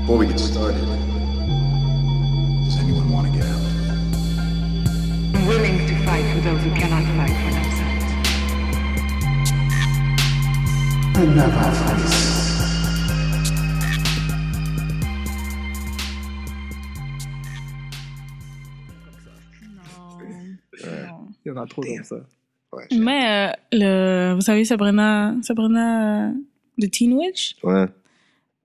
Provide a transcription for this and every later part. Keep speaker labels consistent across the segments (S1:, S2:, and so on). S1: Before we get started, does anyone want to get out?
S2: I'm willing to fight for those who cannot fight for themselves.
S3: Non.
S4: Il y en a trop comme ça.
S1: Ouais, j'ai-
S3: Mais euh, le, vous savez Sabrina, Sabrina euh, de Teen Witch,
S5: Ouais.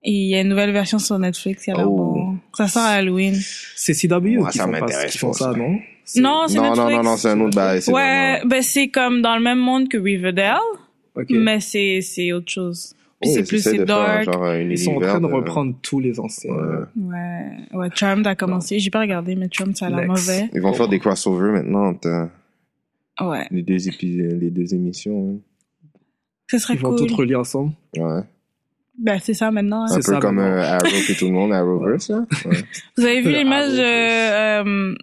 S3: et il y a une nouvelle version sur Netflix. Il y a l'air
S5: Oh.
S3: bon. Ça sort à Halloween.
S4: C'est CW
S5: Moi,
S4: qui,
S5: ça
S4: font pas,
S5: m'intéresse
S4: qui font
S5: pas,
S4: ça,
S5: ça.
S4: non
S3: Non, c'est
S5: non,
S3: Netflix.
S5: non, non, non, c'est un autre bail. c'est
S3: Ouais, ben c'est comme dans le même monde que Riverdale,
S4: Ok.
S3: mais c'est c'est autre chose. Puis
S5: Ouais,
S3: c'est
S5: ils
S3: plus
S5: essaient
S3: c'est
S5: de faire,
S3: dark.
S5: genre, un
S4: Ils sont en train
S5: univers
S4: de reprendre tous les anciens.
S5: euh, Ouais.
S3: Ouais, ouais. Charmed a commencé. J'ai pas regardé, mais Charmed ça a l'air
S4: Lex.
S3: mauvais.
S5: Ils vont faire
S4: Oh.
S5: des crossovers maintenant entre
S3: Ouais,
S5: les deux, épis... les deux émissions.
S3: ce serait
S4: Ils vont
S3: cool.
S4: tout relier ensemble.
S5: hein. Ouais.
S3: Ben c'est ça maintenant. hein.
S5: Un peu
S4: C'est ça,
S5: comme
S4: maintenant.
S5: euh, Arrow et tout le monde, Arrowverse, là. Ouais.
S3: Vous avez vu
S4: Le
S3: l'image
S4: Arrow,
S3: de euh,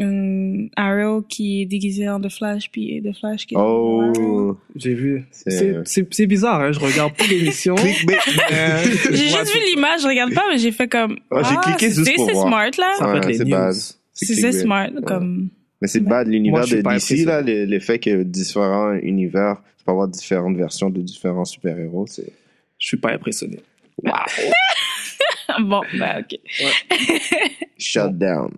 S3: euh, Arrow qui est déguisé en The Flash, puis The Flash qui est
S5: Oh!
S4: J'ai vu.
S5: C'est- euh,
S4: C'est c'est- c'est bizarre, hein. Je regarde pas l'émission.
S5: Clickbait!
S4: Euh,
S3: J'ai
S4: je vois
S3: juste vu l'image, je regarde pas, mais j'ai fait comme. ah,
S5: Ouais, j'ai cliqué
S3: c'est-
S5: juste
S3: c'est-
S5: pour
S3: C'est
S5: voir.
S3: smart là.
S4: Ça peut être
S5: Ouais,
S4: les
S5: c'est
S4: news.
S5: base.
S3: C'est c'est
S5: clickbait.
S3: smart comme.
S5: Mais c'est bad l'univers
S4: Moi, je suis
S5: de
S4: pas
S5: DC,
S4: impressionné.
S5: là, le, le fait que différents univers, tu peux avoir différentes versions de différents super-héros, c'est...
S4: Je suis pas impressionné.
S3: bon, bah ok.
S5: Shut down.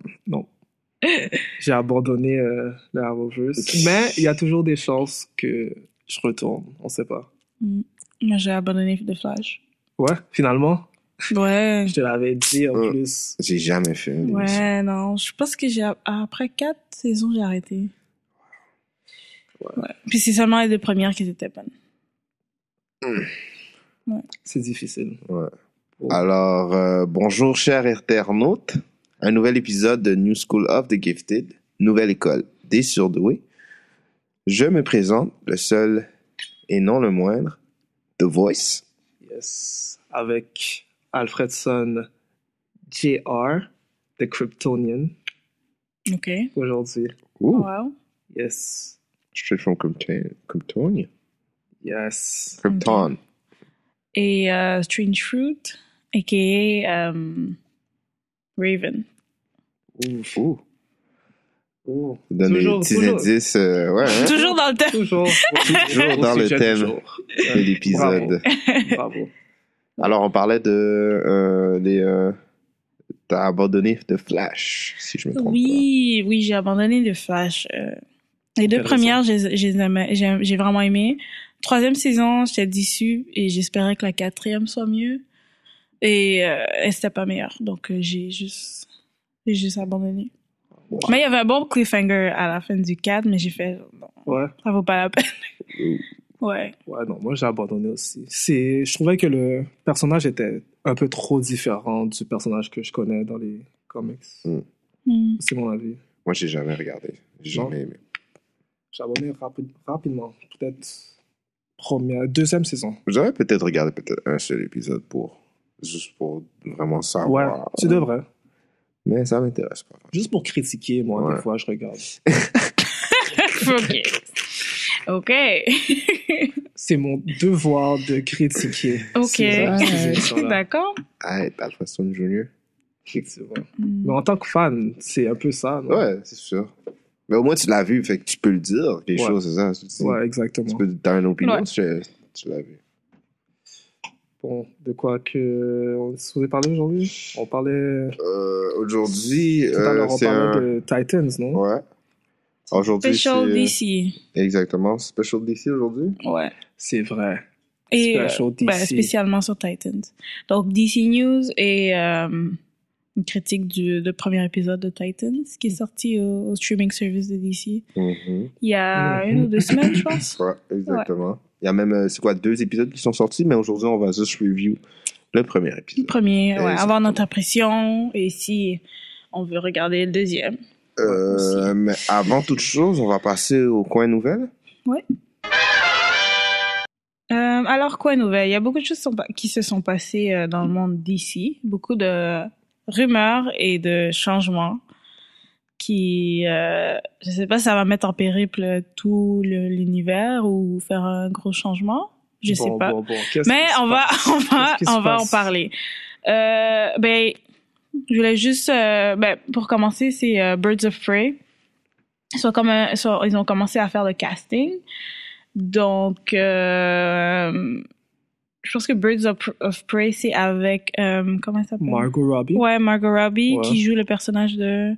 S4: J'ai abandonné euh, le Arrowverse. Mais il y a toujours des chances que je retourne. On sait pas.
S3: Moi j'ai abandonné The Flash.
S4: Ouais, finalement.
S3: Ouais.
S4: Je te l'avais dit en
S5: Euh.
S4: plus.
S5: J'ai jamais fait une émission.
S3: Ouais, non, je pense que j'ai après quatre saisons, j'ai arrêté. Ouais. Puis c'est seulement les deux premières qui étaient bonnes.
S4: C'est difficile.
S5: Alors, euh, bonjour chers internautes. Un nouvel épisode de New School of the Gifted, nouvelle école des surdoués. Je me présente, le seul et non le moindre, The Voice.
S4: Yes. Avec Alfredson JR, The Kryptonian,
S3: Ok.
S4: aujourd'hui.
S5: Ouh,
S3: Wow.
S4: Yes.
S5: je suis from Krypton. Krypton.
S4: Yes.
S5: Krypton.
S3: Et euh, Strange Fruit, a.k.a. euh, Raven.
S4: Ouf.
S5: Ouh,
S4: Oh.
S5: donne des
S4: Toujours,
S5: petits
S4: toujours.
S5: indices euh, ouais, hein,
S3: Toujours dans le thème.
S4: Toujours.
S5: Toujours dans
S4: Au
S5: le
S4: sujet,
S5: thème.
S4: toujours.
S5: de l'épisode.
S4: Bravo.
S5: Alors, on parlait de... Euh, les, euh, T'as abandonné The Flash, si je me trompe
S3: Oui, oui, j'ai abandonné The Flash. euh, les deux
S4: Intéressant.
S3: premières, j'ai j'ai j'ai vraiment aimé. Troisième saison, j'étais déçue et j'espérais que la quatrième soit mieux. Et euh, elle, c'était pas meilleure, donc euh, j'ai juste j'ai juste abandonné. Mais il y avait un bon cliffhanger à la fin du 4, mais j'ai fait non,
S4: Ouais.
S3: ça vaut pas la peine. ouais.
S4: Ouais, non, moi j'ai abandonné aussi. C'est, je trouvais que le personnage était un peu trop différent du personnage que je connais dans les comics.
S3: Hmm.
S4: C'est mon avis.
S5: pas. Moi, j'ai jamais regardé. J'ai
S4: Non.
S5: jamais aimé.
S4: J'ai abandonné rapi- rapidement, peut-être première, deuxième saison.
S5: J'aurais peut-être regardé peut-être un seul épisode pour juste pour vraiment
S4: ouais,
S5: savoir.
S4: tu devrais.
S5: Mais ça m'intéresse pas.
S4: Juste pour critiquer, moi,
S5: Ouais.
S4: des fois, je regarde.
S3: ok. Ok.
S4: C'est mon devoir de critiquer.
S3: Ok.
S4: ces- ces émissions-là.
S3: D'accord.
S5: Ah, Alphason Junior.
S4: Effectivement.
S3: Hmm.
S4: Mais en tant que fan, c'est un peu ça. non?
S5: Ouais, c'est sûr. Mais au moins tu l'as vu, fait que tu peux le dire quelque
S4: Ouais.
S5: chose, c'est ça. Tu, tu-
S4: Ouais,
S5: tu
S4: exactement.
S5: peux t'as une opinion,
S3: Ouais.
S5: tu, tu l'as vu.
S4: Bon, de quoi que on se faisait parler aujourd'hui On parlait.
S5: Euh, aujourd'hui,
S4: Tout à
S5: euh,
S4: l'heure, on
S5: c'est
S4: parlait
S5: un.
S4: de Titans, non
S5: Ouais. Aujourd'hui, c'est euh,
S3: Special DC.
S5: exactement Special DC aujourd'hui.
S3: Ouais.
S4: C'est vrai.
S3: Et euh,
S4: Special
S3: ben,
S4: DC.
S3: spécialement sur Titans. Donc DC News et euh, une critique du de premier épisode de Titans qui est sorti au, au streaming service de DC
S5: Mhm.
S3: il y a
S4: Mhm.
S3: une ou deux semaines, je pense.
S5: Ouais, exactement. Il y a même euh, c'est quoi deux épisodes qui sont sortis, mais aujourd'hui on va juste review le premier
S3: Le
S5: épisode.
S3: premier, ouais,
S5: Exactement.
S3: avoir notre impression et si on veut regarder le deuxième.
S5: Euh, mais avant toute chose, on va passer au coin nouvelle.
S3: Euh, alors quoi nouvelle Il y a beaucoup de choses sont pa- qui se sont passées euh, dans le monde d'ici, beaucoup de rumeurs et de changements qui, euh, je sais pas, ça va mettre en périple tout le- l'univers ou faire un gros changement, je
S4: Bon,
S3: sais pas.
S4: bon, bon, qu'est-ce
S3: Mais
S4: qui se
S3: on va,
S4: passe?
S3: on va,
S4: Qu'est-ce qui se
S3: on va en
S4: passe?
S3: parler. Euh, ben, je voulais juste, euh, ben, pour commencer, c'est euh, Birds of Prey. Ils, sont comme un- sont- ils ont commencé à faire le casting. Donc, euh, je pense que Birds of, of Prey, c'est avec, euh, comment elle s'appelle?
S4: Margot Robbie.
S3: Ouais, Margot Robbie,
S4: Ouais.
S3: qui joue le personnage de...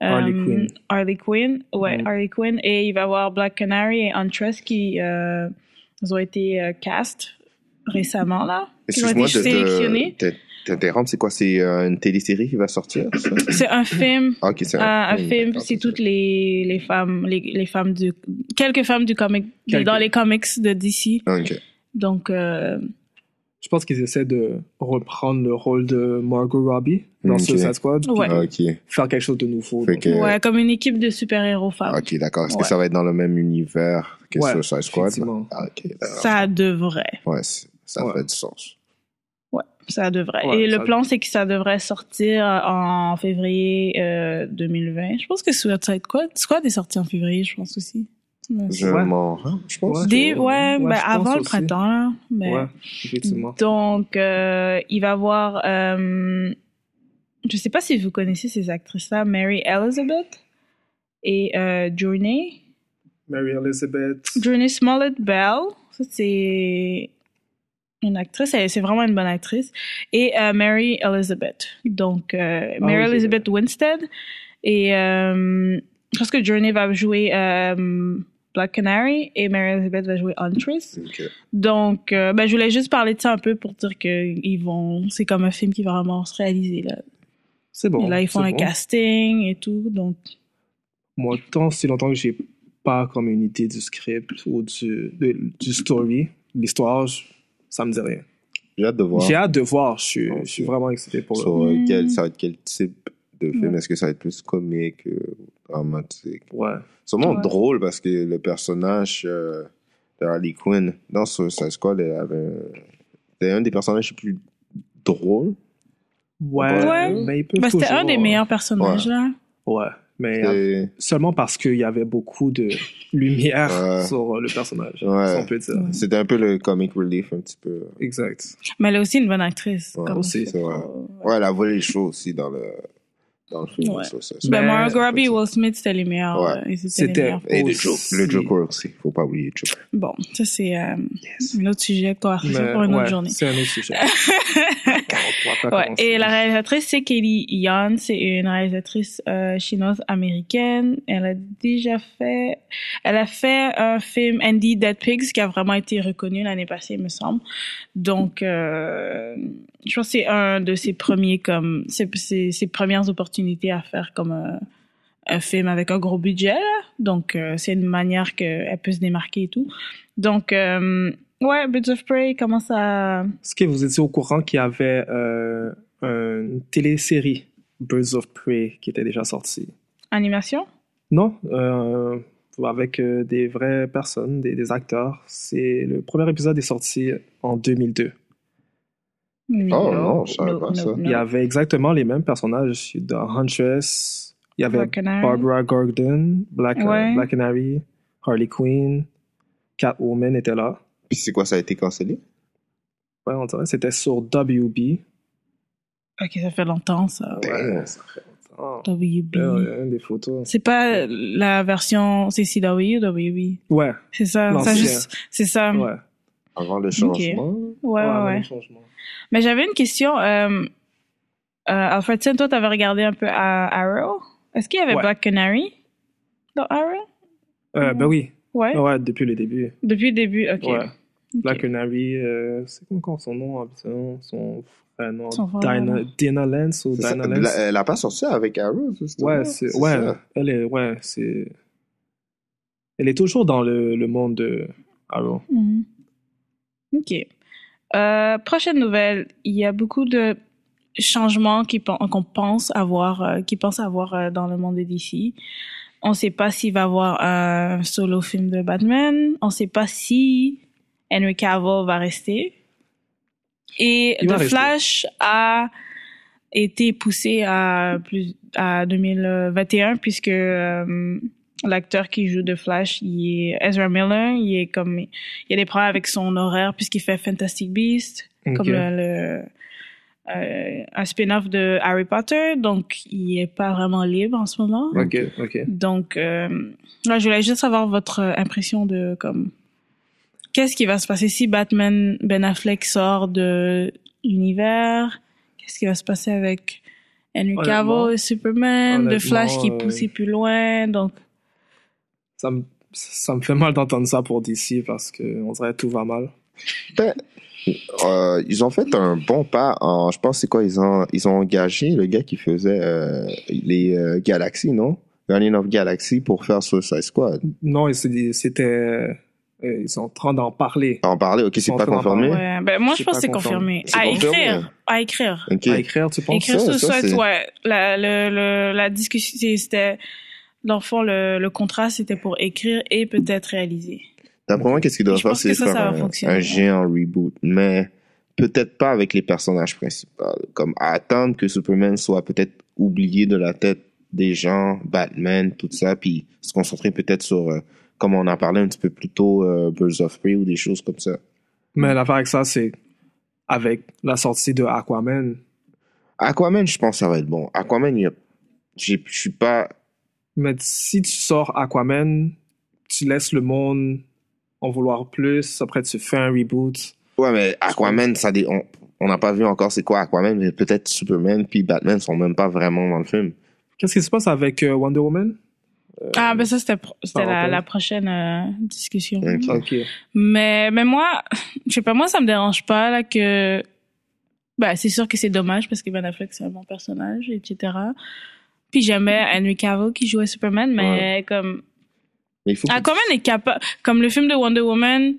S3: euh,
S4: Harley Quinn.
S3: Harley Quinn, ouais,
S4: Mhm.
S3: Harley Quinn. Et il va y avoir Black Canary et Huntress qui euh, ils ont été euh, cast récemment, là. Ils ont été
S5: Excuse-moi de
S3: sélectionnés.
S5: te- te- t'interrompre. C'est quoi? C'est euh, une télésérie qui va sortir? ça?
S3: C'est un film,
S5: Ah, ok, c'est
S3: un, un
S5: oui,
S3: film,
S5: d'accord,
S3: c'est
S5: ok,
S3: toutes les, les femmes, les, les femmes du... Quelques femmes du comic, de-
S4: Quelques.
S3: dans les comics de DC.
S5: Ah, ok.
S3: Donc, euh,
S4: Je pense qu'ils essaient de reprendre le rôle de Margot Robbie dans
S5: Ok.
S4: Suicide Squad. puis
S3: Ouais.
S5: Ah, ok.
S4: Faire quelque chose de nouveau.
S5: Fait
S4: donc.
S5: que-
S3: ouais, comme une équipe de super-héros femmes.
S5: Ok, d'accord. Est-ce
S3: Ouais.
S5: que ça va être dans le même univers que
S4: Ouais,
S5: Suicide Squad?
S4: effectivement.
S5: Ah, ok, d'accord.
S3: Ça devrait,
S5: Ouais, c'est- ça
S4: Ouais.
S5: fait du sens.
S3: ouais, ça devrait.
S4: Ouais,
S3: Et
S4: ça-
S3: le plan, c'est que ça devrait sortir en février euh, 2020. Je pense que Suicide Squad, Squad est sorti en février, je pense aussi. Ouais.
S5: Je
S4: Ouais.
S5: m'en rends, je pense.
S4: Ouais.
S3: Des-
S4: Ouais,
S3: ouais,
S4: je
S3: ben,
S4: pense
S3: avant le
S4: aussi.
S3: printemps, là. Mais...
S4: Ouais, effectivement.
S3: Donc, euh, il va voir. Euh, je sais pas si vous connaissez ces actrices-là, Mary Elizabeth et euh, Journey.
S4: Mary Elizabeth.
S3: Journey Smollett Bell. Ça, c'est une actrice. Elle- C'est vraiment une bonne actrice. Et euh, Mary Elizabeth. Donc, euh, Mary
S4: Ah oui, c'est
S3: Elizabeth Winstead. Et euh, je pense que Journey va jouer euh, Black Canary et Mary Elizabeth va jouer Huntress.
S5: Ok.
S3: Donc, euh, ben, je voulais juste parler de ça un peu pour dire que ils vont, c'est comme un film qui va vraiment se réaliser là.
S4: C'est bon.
S3: Et là, ils font
S4: c'est
S3: le
S4: bon.
S3: casting et tout, donc
S4: Moi, tant si longtemps que j'ai pas comme une idée du script ou du, de- du story, l'histoire, je- ça me dit rien.
S5: J'ai hâte de voir
S4: J'ai hâte de voir. Je suis,
S5: Ok.
S4: je suis vraiment excité pour le.
S5: sur euh,
S3: Hmm.
S5: quel, ça va être quel type de film.
S3: Ouais.
S5: Est-ce que ça va être plus comique, euh, dramatique?
S4: Ouais.
S5: Sûrement
S3: Ouais.
S5: drôle parce que le personnage euh, de Harley Quinn dans Suicide Squad, elle avait- c'était un des personnages les plus drôles.
S4: Ouais.
S3: Ouais.
S4: Mais il peut
S3: Ben, c'était
S4: toujours,
S3: un des
S4: euh,
S3: meilleurs personnages
S5: Ouais.
S3: là.
S4: Ouais. Mais euh,
S5: C'est-
S4: seulement parce qu'il y avait beaucoup de lumière
S5: Ouais.
S4: sur euh, le personnage.
S5: Ouais.
S4: si on peut dire.
S3: Ouais.
S5: C'était un peu le comic relief, un petit peu.
S4: Exact.
S3: Mais elle est aussi une bonne actrice.
S5: Ouais,
S3: comme-
S4: aussi.
S5: C'est vrai.
S3: Euh,
S5: Ouais, elle a volé les choses aussi dans le, dans le film.
S3: Ouais.
S5: Suicide Squad.
S3: Ben,
S4: Mais-
S3: Margot Robbie et Will Smith, c'était les meilleurs.
S5: Ouais.
S3: euh, et c'était les
S4: C'était.
S3: meilleurs.
S5: Et le
S4: aussi-
S5: Joker, le Joker aussi. Faut pas oublier le Joker.
S3: Bon, ça c'est euh, un autre sujet qu'on va faire
S4: Mais,
S3: pour une autre
S4: ouais,
S3: journée.
S4: C'est un autre sujet. On va pas
S3: Ouais,
S4: commencer.
S3: et la réalisatrice, c'est Kelly Yan. C'est une réalisatrice euh, chinoise américaine. Elle a déjà fait, elle a fait un film Andy Dead Pigs qui a vraiment été reconnu l'année passée, il me semble. Donc, euh, je pense que c'est un de ses premiers comme, ses, ses, ses premières opportunités à faire comme un, un film avec un gros budget. là. Donc, euh, c'est une manière qu'elle peut se démarquer et tout. Donc, euh, ouais, Birds of Prey commence à
S4: Est-ce que vous étiez au courant qu'il y avait euh, une télésérie Birds of Prey qui était déjà sortie
S3: animation.
S4: Non, euh, avec euh, des vraies personnes, des, des acteurs. C'est le premier épisode est sorti en 2002.
S5: Oh, non, je savais pas ça.
S4: Il y avait exactement les mêmes personnages dans Huntress. Il y avait
S3: Black Canary.
S4: Barbara Gordon, Black, euh,
S3: Ouais.
S4: Black Canary, Harley Quinn, Catwoman était là.
S5: Puis c'est quoi, ça a été cancellé?
S4: Ouais, on dirait que c'était sur WB.
S3: Ok, ça fait longtemps ça.
S5: Damn.
S4: Ah ça fait longtemps.
S3: WB.
S4: Ouais, ouais, des photos.
S3: C'est pas la version CCW ou WB.
S4: Ouais,
S3: C'est ça. ça
S4: L'ancien.
S3: juste- C'est ça. Ouais,
S4: ouais.
S5: Avant le changement.
S3: ouais, ouais.
S4: même changement.
S3: Mais j'avais une question. Euh, euh, Alfredson, toi, t'avais regardé un peu euh, Arrow. Est-ce qu'il y avait
S4: Ouais.
S3: Black Canary dans Arrow?
S4: Euh, ben oui,
S3: Ouais.
S4: ouais, depuis le début.
S3: Depuis le début, ok.
S4: Ouais.
S3: Ok.
S4: Black Canary, euh, c'est quoi encore son nom habituellement Son vrai nom
S3: Son vrai
S4: Dina,
S3: nom.
S4: Dina Lance ou
S5: C'est ça.
S4: Dina
S5: Elle
S4: Lance
S5: elle a pas sorti avec Arrow, justement.
S4: Ouais, c'est, ouais
S5: ça.
S4: elle est, ouais, c'est. Elle est toujours dans le, le monde de Arrow.
S3: Mhm. OK. Euh, prochaine nouvelle. Il y a beaucoup de changements qui pen- qu'on pense avoir, euh, qui pense avoir euh, dans le monde de DC. On ne sait pas s'il va y avoir un solo film de Batman. On ne sait pas si Henry Cavill va rester. Et
S4: Il
S3: The
S4: va rester.
S3: Flash a été poussé à plus à 2021 puisque euh, l'acteur qui joue The Flash, il est Ezra Miller, il est comme il y a des problèmes avec son horaire puisqu'il fait Fantastic Beast,
S4: Ok.
S3: comme le, le, euh, un spin-off de Harry Potter, donc il est pas vraiment libre en ce moment.
S4: Ok, ok.
S3: Donc euh, là, je voulais juste savoir votre euh, impression de comme qu'est-ce qui va se passer si Batman Ben Affleck sort de l'univers Qu'est-ce qui va se passer avec Henry Cavill,
S4: Honnêtement-
S3: et Superman, The
S4: honnêtement,
S3: Flash qui
S4: euh,
S3: poussait plus loin Donc
S4: Ça me, ça me fait mal d'entendre ça pour DC parce que on dirait que tout va mal.
S5: Euh, ils ont fait un bon pas en, je pense, c'est quoi, ils ont, ils ont engagé le gars qui faisait euh, les euh, Galaxy, non? Guardian of Galaxy pour faire Suicide Squad.
S4: Non, et c'est des- c'était. euh, ils sont en train d'en parler.
S5: En parler, ok, c'est
S4: On
S5: pas
S4: peut en
S5: confirmé.
S4: parler.
S3: ouais, ben moi je
S4: c'est
S3: pense que
S4: pas
S3: c'est confirmé.
S4: confirmé.
S5: C'est
S3: À
S5: confirmé. hein.
S3: écrire, à écrire.
S5: Ok.
S4: À écrire, tu penses
S3: Écrire
S5: ça,
S3: sur
S5: ça,
S3: Suicide,
S5: c'est-
S3: ouais. La, le, le- la discussion, c'est- c'était. L'enfant, le, le contrat, c'était pour écrire et peut-être réaliser.
S5: D'après moi, qu'est-ce qu'ils doivent
S3: Je
S5: faire,
S3: pense que
S5: c'est
S3: ça,
S5: faire
S3: ça va
S5: un,
S3: fonctionner,
S5: un
S3: ouais.
S5: géant reboot, mais peut-être pas avec les personnages principaux. Comme attendre que Superman soit peut-être oublié de la tête des gens, Batman, tout ça, puis se concentrer peut-être sur, euh, comme on en parlait un petit peu plus tôt, euh, Birds of Prey ou des choses comme ça.
S4: Mais l'affaire avec ça, c'est avec la sortie de Aquaman.
S5: Aquaman, je pense que ça va être bon. Aquaman, il y a- j'ai- je suis pas.
S4: Mais si tu sors Aquaman, tu laisses le monde en vouloir plus. Après, tu fais un reboot.
S5: Ouais, mais Aquaman, ça dé- on on n'a pas vu encore c'est quoi Aquaman, mais peut-être Superman puis Batman sont même pas vraiment dans le film.
S4: Qu'est-ce qui se passe avec euh, Wonder Woman?
S5: Euh,
S3: ah, ben ça, c'était pro- c'était la,
S4: parenthèse.
S3: la prochaine euh, discussion.
S5: Ok.
S4: Ok.
S3: Mais, mais moi, je sais pas, moi, ça me dérange pas, là, que. Bah, c'est sûr que c'est dommage parce que Ben Affleck, c'est un bon personnage, etc. Puis j'aimais Henry Cavill qui jouait Superman, mais comme.
S5: Mais il faut. que-
S3: Aquaman est capable. Comme le film de Wonder Woman,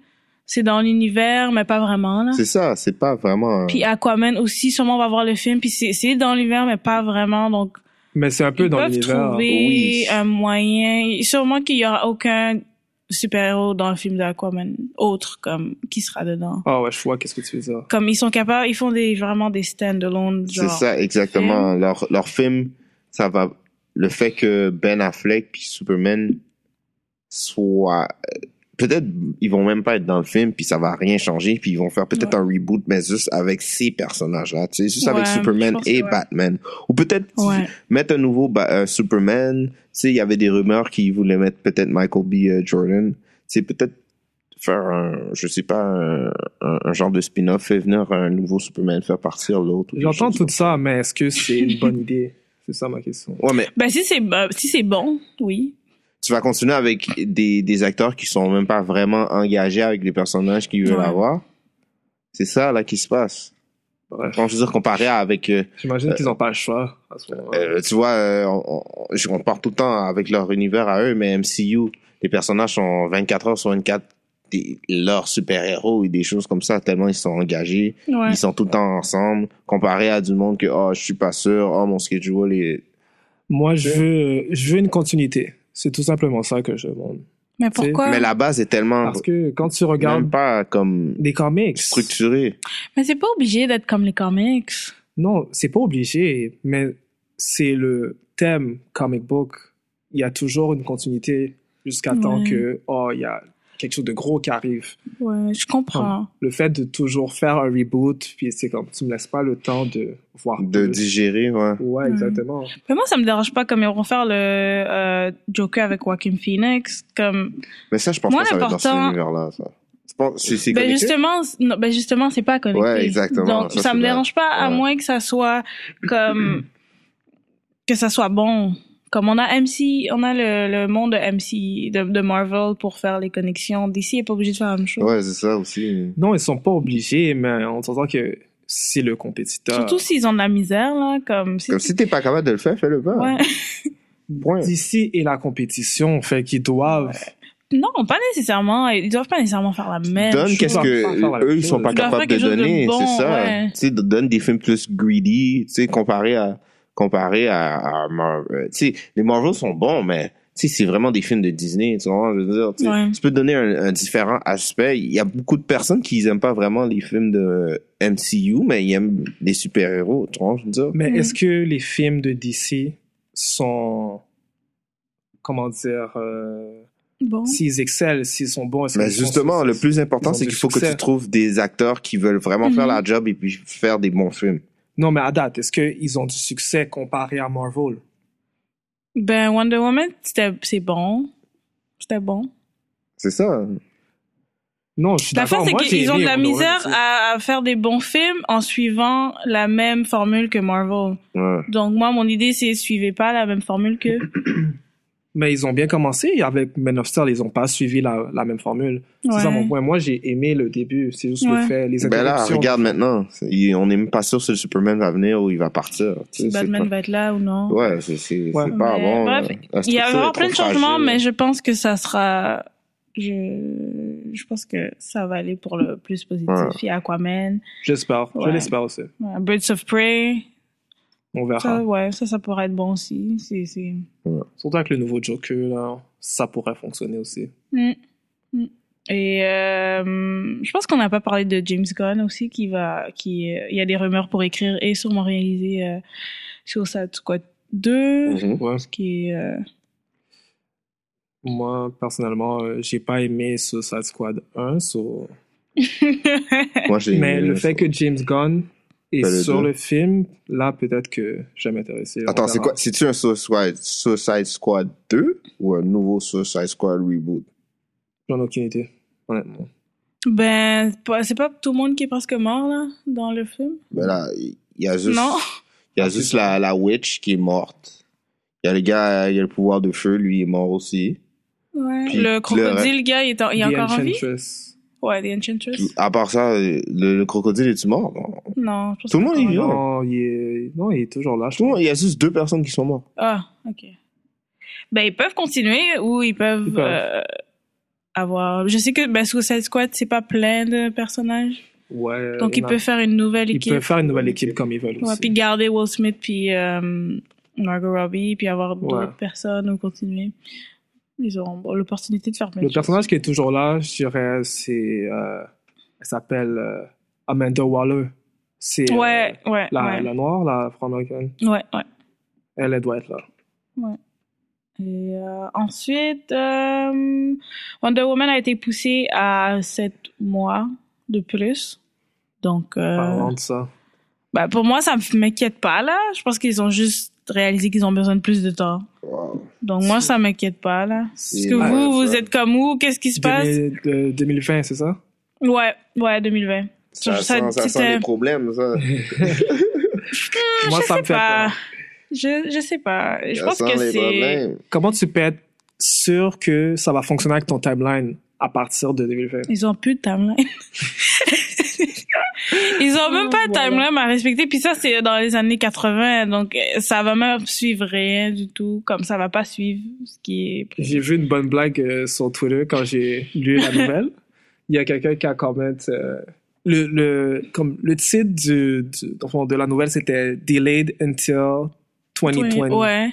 S3: c'est dans l'univers, mais pas vraiment, là.
S5: C'est ça, c'est pas vraiment. un-
S3: Puis Aquaman aussi, sûrement on va voir le film. Puis c'est c'est dans l'univers, mais pas vraiment. Donc
S4: Mais c'est un peu
S3: ils
S4: dans
S3: peuvent
S4: l'univers.
S3: trouver
S5: oui.
S3: un moyen. Sûrement qu'il y aura aucun super-héros dans le film d'Aquaman autre comme qui sera dedans.
S4: Ah ouais, je vois, qu'est-ce que tu veux dire.
S3: Comme ils sont capables, ils font des vraiment des stand-alone.
S5: C'est
S3: genre. euh,
S5: ça, exactement. Leur, leur film, ça va. Le fait que Ben Affleck puis Superman soient. euh, Peut-être ils vont même pas être dans le film, puis ça va rien changer, puis ils vont faire peut-être un reboot, mais juste avec ces personnages-là, tu sais, juste avec
S3: Ouais, je
S5: Superman
S3: pense
S5: et
S3: que ouais.
S5: Batman. Ou peut-être
S3: Ouais.
S5: mettre un nouveau Ba- euh, Superman. Tu sais, il y avait des rumeurs qu'ils voulaient mettre peut-être Michael B. euh, Jordan. Tu sais, peut-être faire un, je sais pas, un, un- un genre de spin-off, faire venir un nouveau Superman, faire partir l'autre. ou des
S4: J'entends
S5: choses
S4: tout
S5: comme
S4: ça, mais est-ce que c'est une bonne idée? C'est ça ma question.
S5: Ouais, mais
S3: Ben si c'est euh, si c'est bon, oui.
S5: tu vas continuer avec des, des acteurs qui sont même pas vraiment engagés avec les personnages qu'ils veulent
S3: Ouais.
S5: avoir. C'est ça, là, qui se passe.
S4: Bref,
S5: Quand je veux dire, comparé à avec, euh,
S4: j'imagine qu'ils n'ont pas le choix à ce moment
S5: euh, tu vois, euh, on, on- je- on part tout le temps avec leur univers à eux, mais MCU, les personnages sont 24 heures sur 24 des- leurs super-héros et des choses comme ça, tellement ils sont engagés,
S3: Ouais.
S5: ils sont tout le temps ensemble, comparé à du monde que, oh, je suis pas sûr, oh, mon schedule est...
S4: Moi, je veux, je veux une continuité. C'est tout simplement ça que je demande.
S3: Mais pourquoi
S5: Mais la base est tellement,
S4: Parce que quand tu
S5: Ah, même
S4: regardes
S5: pas comme
S4: des comics,
S5: structurée.
S3: Mais c'est pas obligé d'être comme les comics.
S4: non, c'est pas obligé, mais c'est le thème comic book. Il y a toujours une continuité jusqu'à temps
S3: Ouais.
S4: que, oh, il y a quelque chose de gros qui arrive.
S3: Ouais, je comprends.
S4: Le fait de toujours faire un reboot, puis c'est comme, tu me laisses pas le temps de voir.
S5: de
S4: plus.
S5: digérer, ouais.
S4: Ouais,
S3: Ouais.
S4: exactement.
S3: Mais moi, ça me dérange pas comme ils vont faire le euh, Joker avec Joaquin Phoenix. Comme
S5: Mais ça, je pense
S3: Moi,
S5: pas que ça va être dans cet
S3: l'important-
S5: univers-là, ça. Je pense- C'est c'est
S3: Ben
S5: connecté?
S3: justement, c- non, ben justement, c'est pas connecté.
S5: Ouais, exactement.
S3: Donc
S5: Ça,
S3: ça,
S5: c'est
S3: me
S5: vrai.
S3: dérange pas à
S5: Ouais.
S3: moins que ça soit comme que ça soit bon. Comme on a MC, on a le, le monde de MC de, de Marvel pour faire les connexions. DC est pas obligé de faire la même chose.
S5: Ouais, c'est ça aussi.
S4: Non, ils sont pas obligés, mais on s'entend que c'est le compétiteur.
S3: Surtout s'ils ont de la misère là, comme si.
S5: Comme si t'es pas capable de le faire, fais-le pas.
S3: Ouais.
S5: Point.
S4: D'ici et la compétition, fait qu'ils doivent.
S3: Non, pas nécessairement. Ils doivent pas nécessairement faire la même
S5: Donne
S3: chose.
S5: qu'est-ce
S4: chose. Ils doivent pas faire
S5: que
S4: la
S5: eux ils
S4: chose.
S5: sont pas
S4: Ils doivent
S5: capables
S3: faire quelque
S5: de
S3: chose de
S5: donner,
S3: bon,
S5: c'est ça.
S3: ouais.
S5: Tu sais, de- donne des films plus greedy, tu sais, comparé à comparé à, à Mar- euh, tu sais, les Marvel sont bons, mais tu sais, c'est vraiment des films de Disney, tu vois, je veux dire, tu sais,
S3: Ouais.
S5: tu peux donner un, un différent aspect. Il y a beaucoup de personnes qui aiment pas vraiment les films de MCU, mais ils aiment les super-héros, tu vois, je veux dire.
S4: Mais
S3: Mhm.
S4: est-ce que les films de DC sont. Comment dire. euh,
S3: Bon.
S4: S'ils excellent, s'ils sont bons, est-ce
S5: Mais
S4: qu'ils sont
S5: justement,
S4: sur-
S5: le plus important,
S4: ils ont
S5: c'est
S4: du
S5: qu'il faut que
S4: succès.
S5: tu trouves des acteurs qui veulent vraiment faire
S3: Mhm.
S5: la job et puis faire des bons films.
S4: Non, mais à date, est-ce qu'ils ont du succès comparé à Marvel?
S3: Ben, Wonder Woman, c'était- c'est bon. C'était bon.
S5: C'est ça.
S4: hein. Non, je suis
S3: La
S4: d'accord.
S3: fin, c'est
S4: Moi, j'ai
S3: qu'ils ont de
S4: aimé
S3: la
S4: Wonder Woman,
S3: misère
S4: tu sais.
S3: à, à faire des bons films en suivant la même formule que Marvel.
S5: Ouais.
S3: Donc, moi, mon idée, c'est suivez pas la même formule que.
S4: Mais ils ont bien commencé avec Men of Steel, ils ont pas suivi la, la même formule. C'est ça
S3: Ouais.
S4: mon point. Moi, j'ai aimé le début. C'est juste
S3: Ouais.
S4: le fait, les
S5: Ben là,
S4: interruptions.
S5: regarde maintenant. C'est- il- on n'est même pas sûr si le Superman va venir ou il va partir. Tu
S3: Si
S5: sais, c'est
S3: Batman
S5: pas-
S3: va être là ou non.
S5: Ouais, c'est c'est-
S4: Ouais.
S5: c'est pas
S3: Mais
S5: bon.
S3: bref,
S5: là. La
S3: Il y
S5: structure
S3: a
S5: est
S3: vraiment plein de
S5: trop
S3: changements,
S5: fragile.
S3: mais je pense que ça sera. Je, je pense que ça va aller pour le plus positif.
S5: Ouais.
S3: Il y a Aquaman,
S4: J'espère. Je
S3: Ouais.
S4: l'espère aussi.
S3: ouais, Birds of Prey.
S4: On verra.
S3: Ça, ouais, ça, ça pourrait être bon aussi. C'est, c'est...
S4: Surtout avec le nouveau Joker, là, ça pourrait fonctionner aussi.
S3: Mm. Mm. Et euh, je pense qu'on n'a pas parlé de James Gunn aussi, qui va, qui, euh, il y a des rumeurs pour écrire et sûrement réaliser euh, Suicide Squad 2,
S5: Mhm.
S4: Ouais.
S3: ce qui est, euh,
S4: Moi, personnellement, euh, j'ai pas aimé Suicide Squad 1, so-
S5: Moi, j'ai
S4: mais
S5: aimé,
S4: le
S5: là,
S4: fait
S5: ça.
S4: que James Gunn est
S5: Fait euh, le
S4: sur
S5: deux.
S4: le film, là, peut-être que je vais m'intéresser. On
S5: Attends, c'est
S4: verra.
S5: quoi C'est-tu un Suicide, Suicide Squad 2 ou un nouveau Suicide Squad reboot
S4: J'en ai aucune idée, honnêtement.
S3: ben, pas- c'est pas tout le monde qui est presque mort là dans le film.
S5: Ben là, il y a juste,
S3: Non.
S5: il y a
S4: Ah,
S5: juste
S4: c'est
S5: la, la witch qui est morte. Il y a le gars, il y a le pouvoir de feu, lui il est mort aussi.
S3: Ouais.
S5: Puis
S3: le
S5: le-
S3: crocodile gars, il est, en- il est
S4: The
S3: encore en vie.
S4: Enchantress.
S3: Ouais, The Enchantress.
S5: Puis, à part ça, le, le crocodile est-tu mort Non.
S3: Non, je pense
S5: Tout le
S3: pas encore
S5: monde est vivant.
S3: en vie.
S4: Non, il est... non, il est toujours là. Je
S5: Tout le
S4: pense.
S5: monde- il y a juste deux personnes qui sont mortes.
S3: Ah, ok. Ben, ils peuvent continuer ou ils peuvent,
S4: Ils peuvent.
S3: euh, avoir. Je sais que ben, Suicide Squad, c'est pas plein de personnages.
S4: Ouais,
S3: Donc,
S4: il
S3: ils
S4: y en a-
S3: peuvent faire une nouvelle
S4: Euh, ils
S3: équipe.
S4: peuvent faire une nouvelle équipe comme ils veulent
S3: Ouais,
S4: aussi.
S3: puis garder Will Smith, puis euh, Margot Robbie, puis avoir d'autres
S4: Ouais.
S3: personnes ou continuer. Ils auront bon, l'opportunité de faire plein
S4: Le
S3: de choses.
S4: personnage qui est toujours là, je dirais, c'est. euh, elle s'appelle euh, Amanda Waller. C'est euh,
S3: Ouais, ouais,
S4: la,
S3: ouais.
S4: la noire, la afro-américaine.
S3: Ouais, ouais.
S4: Elle, elle doit être là.
S3: Euh, Et euh, ensuite, euh, Wonder Woman a été poussée à 7 mois de plus. Donc, euh,
S4: Parlant de ça.
S3: bah, pour moi, ça ne m'inquiète pas là. Je pense qu'ils ont juste réalisé qu'ils ont besoin de plus de temps.
S5: Wow.
S3: Donc, moi, ça m'inquiète pas là. Est-ce que
S5: Ouais,
S3: vous, vous
S5: ça.
S3: êtes comme où Qu'est-ce qui se passe
S4: 2000 de- 2020, c'est ça?
S3: Ouais, ouais, 2020.
S5: Ça,
S3: Ça-
S5: sent,
S3: c'était-
S5: ça sent les problèmes, ça.
S4: Moi,
S3: Ah, je
S4: ça
S3: sais
S4: me fait
S3: pas.
S4: peur.
S3: Bah, Je, je sais pas. Je
S5: Ça
S3: pense
S5: sent
S3: que
S5: les
S3: c'est.
S5: problèmes.
S4: Comment tu peux être sûr que ça va fonctionner avec ton timeline à partir de 2020?
S3: Ils ont plus de timeline. Ils ont même pas de timeline à respecter. Puis ça, c'est dans les années 80. Donc, euh, ça va même suivre rien du tout. Comme ça va pas suivre ce qui est. prévu.
S4: J'ai vu une bonne blague euh, sur Twitter quand j'ai lu la nouvelle. Il y a quelqu'un qui a commenté. euh, le, le, comme, le titre du, du- enfin, de la nouvelle, c'était Delayed until 2020.
S3: Ouais.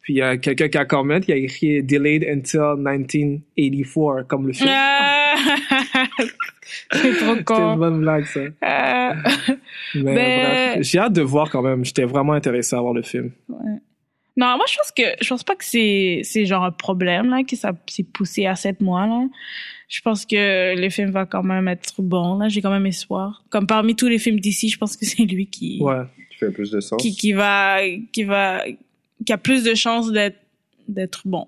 S4: Puis il y a quelqu'un qui a commenté, il a écrit Delayed until 1984, comme le film.
S3: Ah. c'est trop
S4: C'était une
S3: con.
S4: bonne blague, ça.
S3: Ah.
S4: Mais
S3: Ben-
S4: bref, j'ai hâte de voir quand même. J'étais vraiment intéressé à voir le film.
S3: Non, moi je pense que je pense pas que c'est c'est genre un problème là que ça s'est poussé à sept mois là. Je pense que le film va quand même être bon là. J'ai quand même espoir. Comme parmi tous les films d'ici, je pense que c'est lui qui
S4: Ouais.
S5: Tu fais plus de sens.
S3: qui qui va qui va qui a plus de chances d'être d'être bon.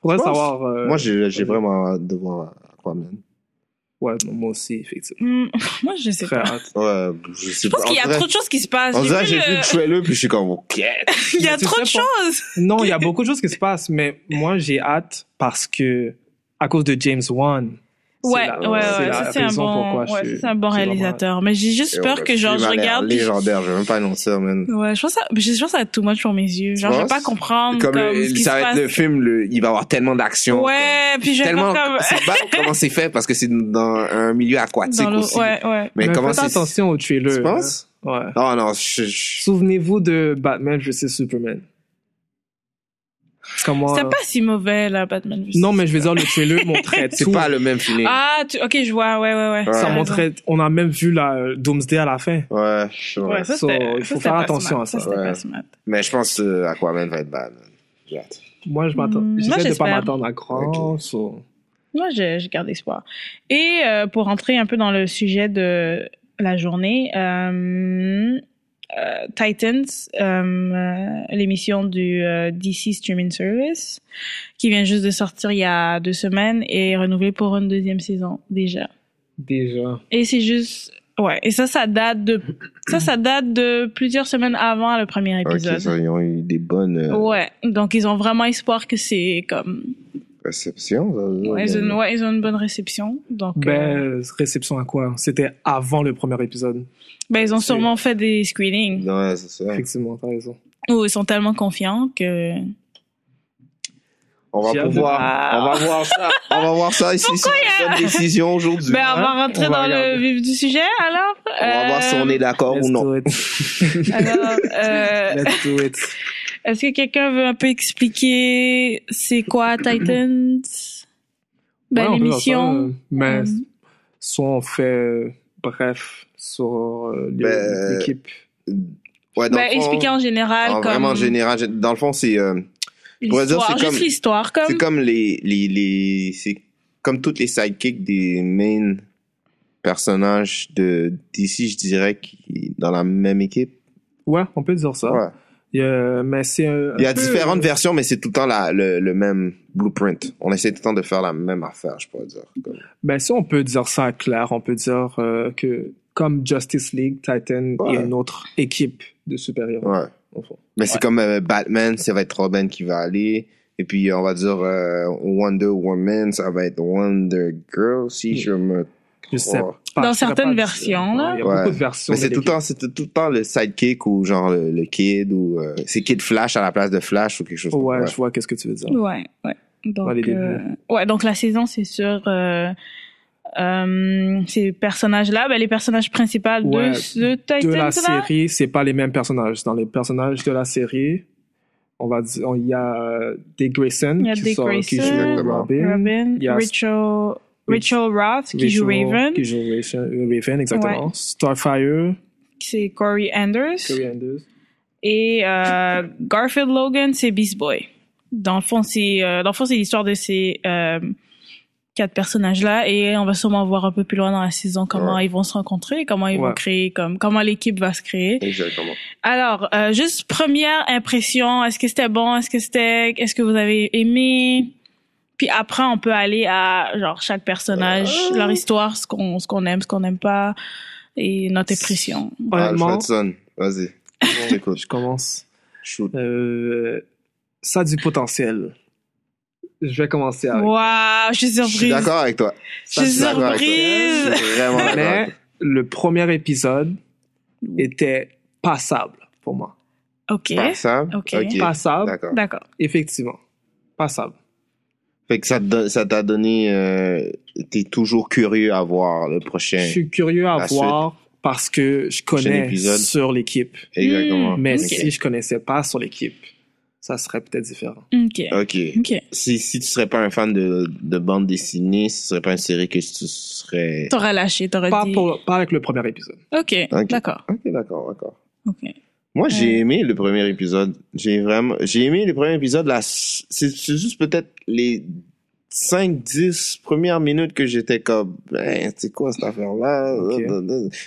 S4: Faudrait
S5: Je pense-
S4: savoir. euh,
S5: Moi, j'ai j'ai
S4: euh,
S5: vraiment hâte de voir Aquaman.
S4: Ouais, non, moi aussi, effectivement.
S3: Hmm, moi je sais pas.
S4: Très hâte.
S5: Ouais, je
S3: Je
S5: sais
S3: pense
S5: pas.
S3: qu'il y
S5: On
S3: a
S5: dirait-
S3: trop de choses qui se passent.
S5: On
S3: J'ai
S5: dirait,
S3: vu
S5: j'ai
S3: le-
S5: vu le trailer, puis je suis comme, ok.
S3: Il y a
S4: Mais tu
S3: trop de
S4: sais pas-
S3: choses.
S4: Non, il y a beaucoup de choses qui se passent, mais moi, j'ai hâte parce que, à cause de James Wan. c'est
S3: Ouais,
S4: la-
S3: ouais, ouais.
S4: c'est la
S3: Ça c'est un
S4: raison
S3: bon,
S4: pourquoi
S3: ouais,
S4: je
S3: ça
S4: suis-
S3: c'est un bon
S4: j'ai vraiment
S3: réalisateur. Mais j'ai juste
S5: Et on
S3: peur
S5: le
S3: que genre je
S5: film a l'air
S3: regarde. puis je-
S5: Légendaire, je vais même pas annoncer ça, man.
S3: Ouais, je pense ça, je pense ça va être too much pour mes yeux. Genre,
S5: Tu
S3: je vais
S5: penses?
S3: pas comprendre comme,
S5: Comme, le-
S3: ce qui se
S5: ça va
S3: passe.
S5: être le film, le- il va avoir tellement d'action.
S3: ouais, puis je
S5: comme-
S3: vais
S5: tellement.
S3: faire comme
S5: C'est pas comment c'est fait parce que c'est dans un milieu aquatique
S3: dans l'eau.
S5: aussi.
S3: Ouais, ouais.
S5: Mais,
S4: Mais
S5: comment
S4: faites
S5: c'est.
S4: attention au trailer.
S5: Tu penses?
S4: hein. Ouais.
S5: Non, non, je, je-
S4: Souvenez-vous de Batman vs Superman. Comment euh,
S3: C'était pas si mauvais là, Batman. vs.
S4: Non, mais je vais dire le trailer montrait
S5: c'est
S4: tout.
S5: pas le même film.
S3: Ah, tu... ok, je vois. Ouais, ouais, ouais.
S5: Ouais.
S3: T'as
S4: Ça
S3: raison.
S4: montrait. On a même vu la euh, Doomsday à la fin.
S5: Ouais, je-
S3: Ouais, ça,
S4: So,
S3: c'était- ça,
S4: il faut
S3: c'était
S4: faire
S3: pas
S4: attention
S3: smart.
S4: à ça.
S3: c'était
S5: Ouais.
S3: pas smart.
S5: Mais je pense que Aquaman va être bad, man. J'ai hâte.
S4: Moi, je m'attends.
S3: Hmm, moi,
S4: J'essaie de pas
S3: j'espère.
S4: m'attendre à grand. so.
S3: Moi, je, je garde espoir. Et euh, pour rentrer un peu dans le sujet de la journée, euh, euh, Titans, euh, l'émission du euh, DC Streaming Service, qui vient juste de sortir il y a deux semaines et est renouvelée pour une deuxième saison déjà.
S4: Déjà.
S3: Et c'est juste, ouais. Et ça, ça date de, ça, ça date de plusieurs semaines avant le premier
S5: Ok,
S3: épisode. Oh.
S5: ça, ils ont eu des bonnes euh,
S3: Ouais, donc ils ont vraiment espoir que c'est comme.
S5: réceptions. ça, ça,
S3: Ouais, ils,
S5: bien.
S3: ont, ouais, ils ont une bonne réception. Donc, euh,
S4: Ben, réception à quoi C'était avant le premier épisode.
S3: ben, ils ont
S4: c'est-
S3: sûrement fait des screenings
S5: Ouais, c'est ça.
S4: Effectivement, t'as raison.
S3: où ils sont tellement confiants que.
S5: On va
S4: J'ai hâte de-
S5: pouvoir, on va voir ça. On va voir ça ici sur cette décision aujourd'hui.
S3: Ben, on
S5: hein.
S3: va rentrer
S4: On va
S3: dans le
S4: regarder.
S3: vif du sujet alors.
S5: On va voir
S3: euh,
S5: si on est d'accord ou
S4: Let's
S5: non.
S4: do it.
S3: Alors, euh,
S4: Let's do it.
S3: est-ce que quelqu'un veut un peu expliquer c'est quoi Titans? Ben,
S4: Ouais, on peut faire ça,
S3: l'émission.
S4: euh, Mais
S3: euh,
S4: soit on fait euh, bref sur euh, le-
S5: Ben,
S4: l'équipe.
S5: Ouais, dans
S3: Ben,
S5: le fond,
S3: expliquer en général.
S5: en
S3: comme
S5: vraiment général. Dans le fond, c'est euh, pourrait dire,
S3: l'histoire,
S5: c'est
S3: juste
S5: comme-
S3: l'histoire,
S5: c'est
S3: comme.
S5: comme les les les c'est comme toutes les sidekicks des main personnages de d'ici, je dirais, qui dans la même équipe.
S4: Ouais, on peut dire ça.
S5: Ouais.
S4: Il y a- mais c'est un-
S5: Il y a
S4: un peu-
S5: différentes versions, mais c'est tout le temps la, le, le même blueprint. On essaie tout le temps de faire la même affaire, je pourrais dire. Comme-
S4: Ben, si on peut dire ça clair, on peut dire euh, que comme Justice League, Titan
S5: Ouais.
S4: est une autre équipe de super-héros.
S5: Ouais.
S4: au fond.
S5: Mais c'est
S3: Ouais.
S5: comme euh, Batman, ça va être Robin qui va aller. Et puis, on va dire euh, Wonder Woman, ça va être Wonder Girl, si je me
S4: Je sais
S5: trompe.
S4: pas,
S3: Dans
S4: je saurais
S3: certaines
S4: pas dire.
S3: versions, là.
S4: Ouais, Il y a
S5: Ouais.
S4: beaucoup de versions.
S5: Mais c'est
S4: de
S5: tout, le
S4: l'équipe.
S5: temps- c'est tout tout le temps le sidekick ou genre le, le kid ou euh, c'est Kid Flash à la place de Flash ou quelque chose comme
S4: Ouais,
S5: ça.
S4: je vois qu'est-ce que tu veux dire.
S3: Ouais, ouais. Donc,
S4: Ouais, les débuts.
S3: euh, ouais, donc la saison, c'est sur euh, euh, ces personnages-là, ben, les personnages principaux de-
S4: Ouais,
S3: de,
S4: de
S3: Titans.
S4: la
S3: là.
S4: série, c'est pas les mêmes personnages. Dans les personnages de la série, on va dire, on- il y a euh, Dick Grayson
S3: Il y a
S4: qui,
S3: Dick
S4: sort- qui
S3: Grayson.
S4: joue
S5: Exactement.
S4: Robin,
S3: Robin,
S4: Il y a-
S3: Rachel, Rachel Roth, qui joue
S4: Rachel,
S3: Raven,
S4: qui joue Rachel- euh, Raven, exactement. Starfire,
S3: c'est Corey Anders,
S4: Carrie Anders.
S3: et euh, Garfield Logan, c'est Beast Boy. Dans le fond, c'est euh, dans le fond, c'est l'histoire de ces euh, quatre personnages-là, et on va sûrement voir un peu plus loin dans la saison comment
S5: Ouais.
S3: ils vont se rencontrer, comment ils vont
S4: Ouais.
S3: créer, comme comment l'équipe va se créer.
S5: Exactement.
S3: Alors, euh, juste première impression, est-ce que c'était bon, est-ce que c'était, est-ce que vous avez aimé Puis après, on peut aller à genre chaque personnage,
S5: Euh.
S3: leur histoire, ce qu'on ce qu'on aime, ce qu'on n'aime pas et notre impression.
S4: Honnêtement,
S5: Alfredson, Ah, vas-y. Je t'écoute.
S4: je commence.
S5: Shoot.
S4: Euh, ça a du potentiel. Je vais commencer avec.
S3: Waouh, je suis
S5: Je suis
S3: surprise.
S5: d'accord avec toi.
S3: Je suis
S5: Ça, d'accord avec toi.
S3: surprise.
S5: Je
S4: Euh.
S5: suis vraiment d'accord. avec
S4: Mais
S5: toi.
S4: le premier épisode était passable pour moi.
S3: Ok,
S5: Passable.
S3: Ok.
S5: Ok.
S4: Passable,
S5: D'accord.
S3: d'accord.
S4: effectivement. Passable.
S5: Fait que ça te don- ça t'a donné. Euh, T'es toujours curieux à voir le prochain.
S4: Je suis curieux à
S5: La suite.
S4: voir parce que je
S5: Prochain
S4: connais
S5: épisode.
S4: sur l'équipe.
S5: Exactement.
S4: Hmm. Mais
S5: Ok.
S4: si je connaissais pas sur l'équipe, ça serait peut-être différent.
S3: Ok,
S5: Ok.
S3: ok.
S5: Si, si tu serais pas un fan de, de bande dessinée, ce serait pas une série que tu serais.
S3: T'aurais lâché, t'aurais
S4: Pas,
S3: dit.
S4: pour- pas avec le premier épisode.
S3: Ok,
S5: Ok.
S3: d'accord.
S5: Ok, d'accord, d'accord.
S3: Ok.
S5: Moi, j'ai
S3: Ouais.
S5: aimé le premier épisode. J'ai vraiment, j'ai aimé le premier épisode. La, s- c'est c'est juste peut-être les 5, 10 premières minutes que j'étais comme, ben, c'est quoi cette affaire-là?
S4: Ok.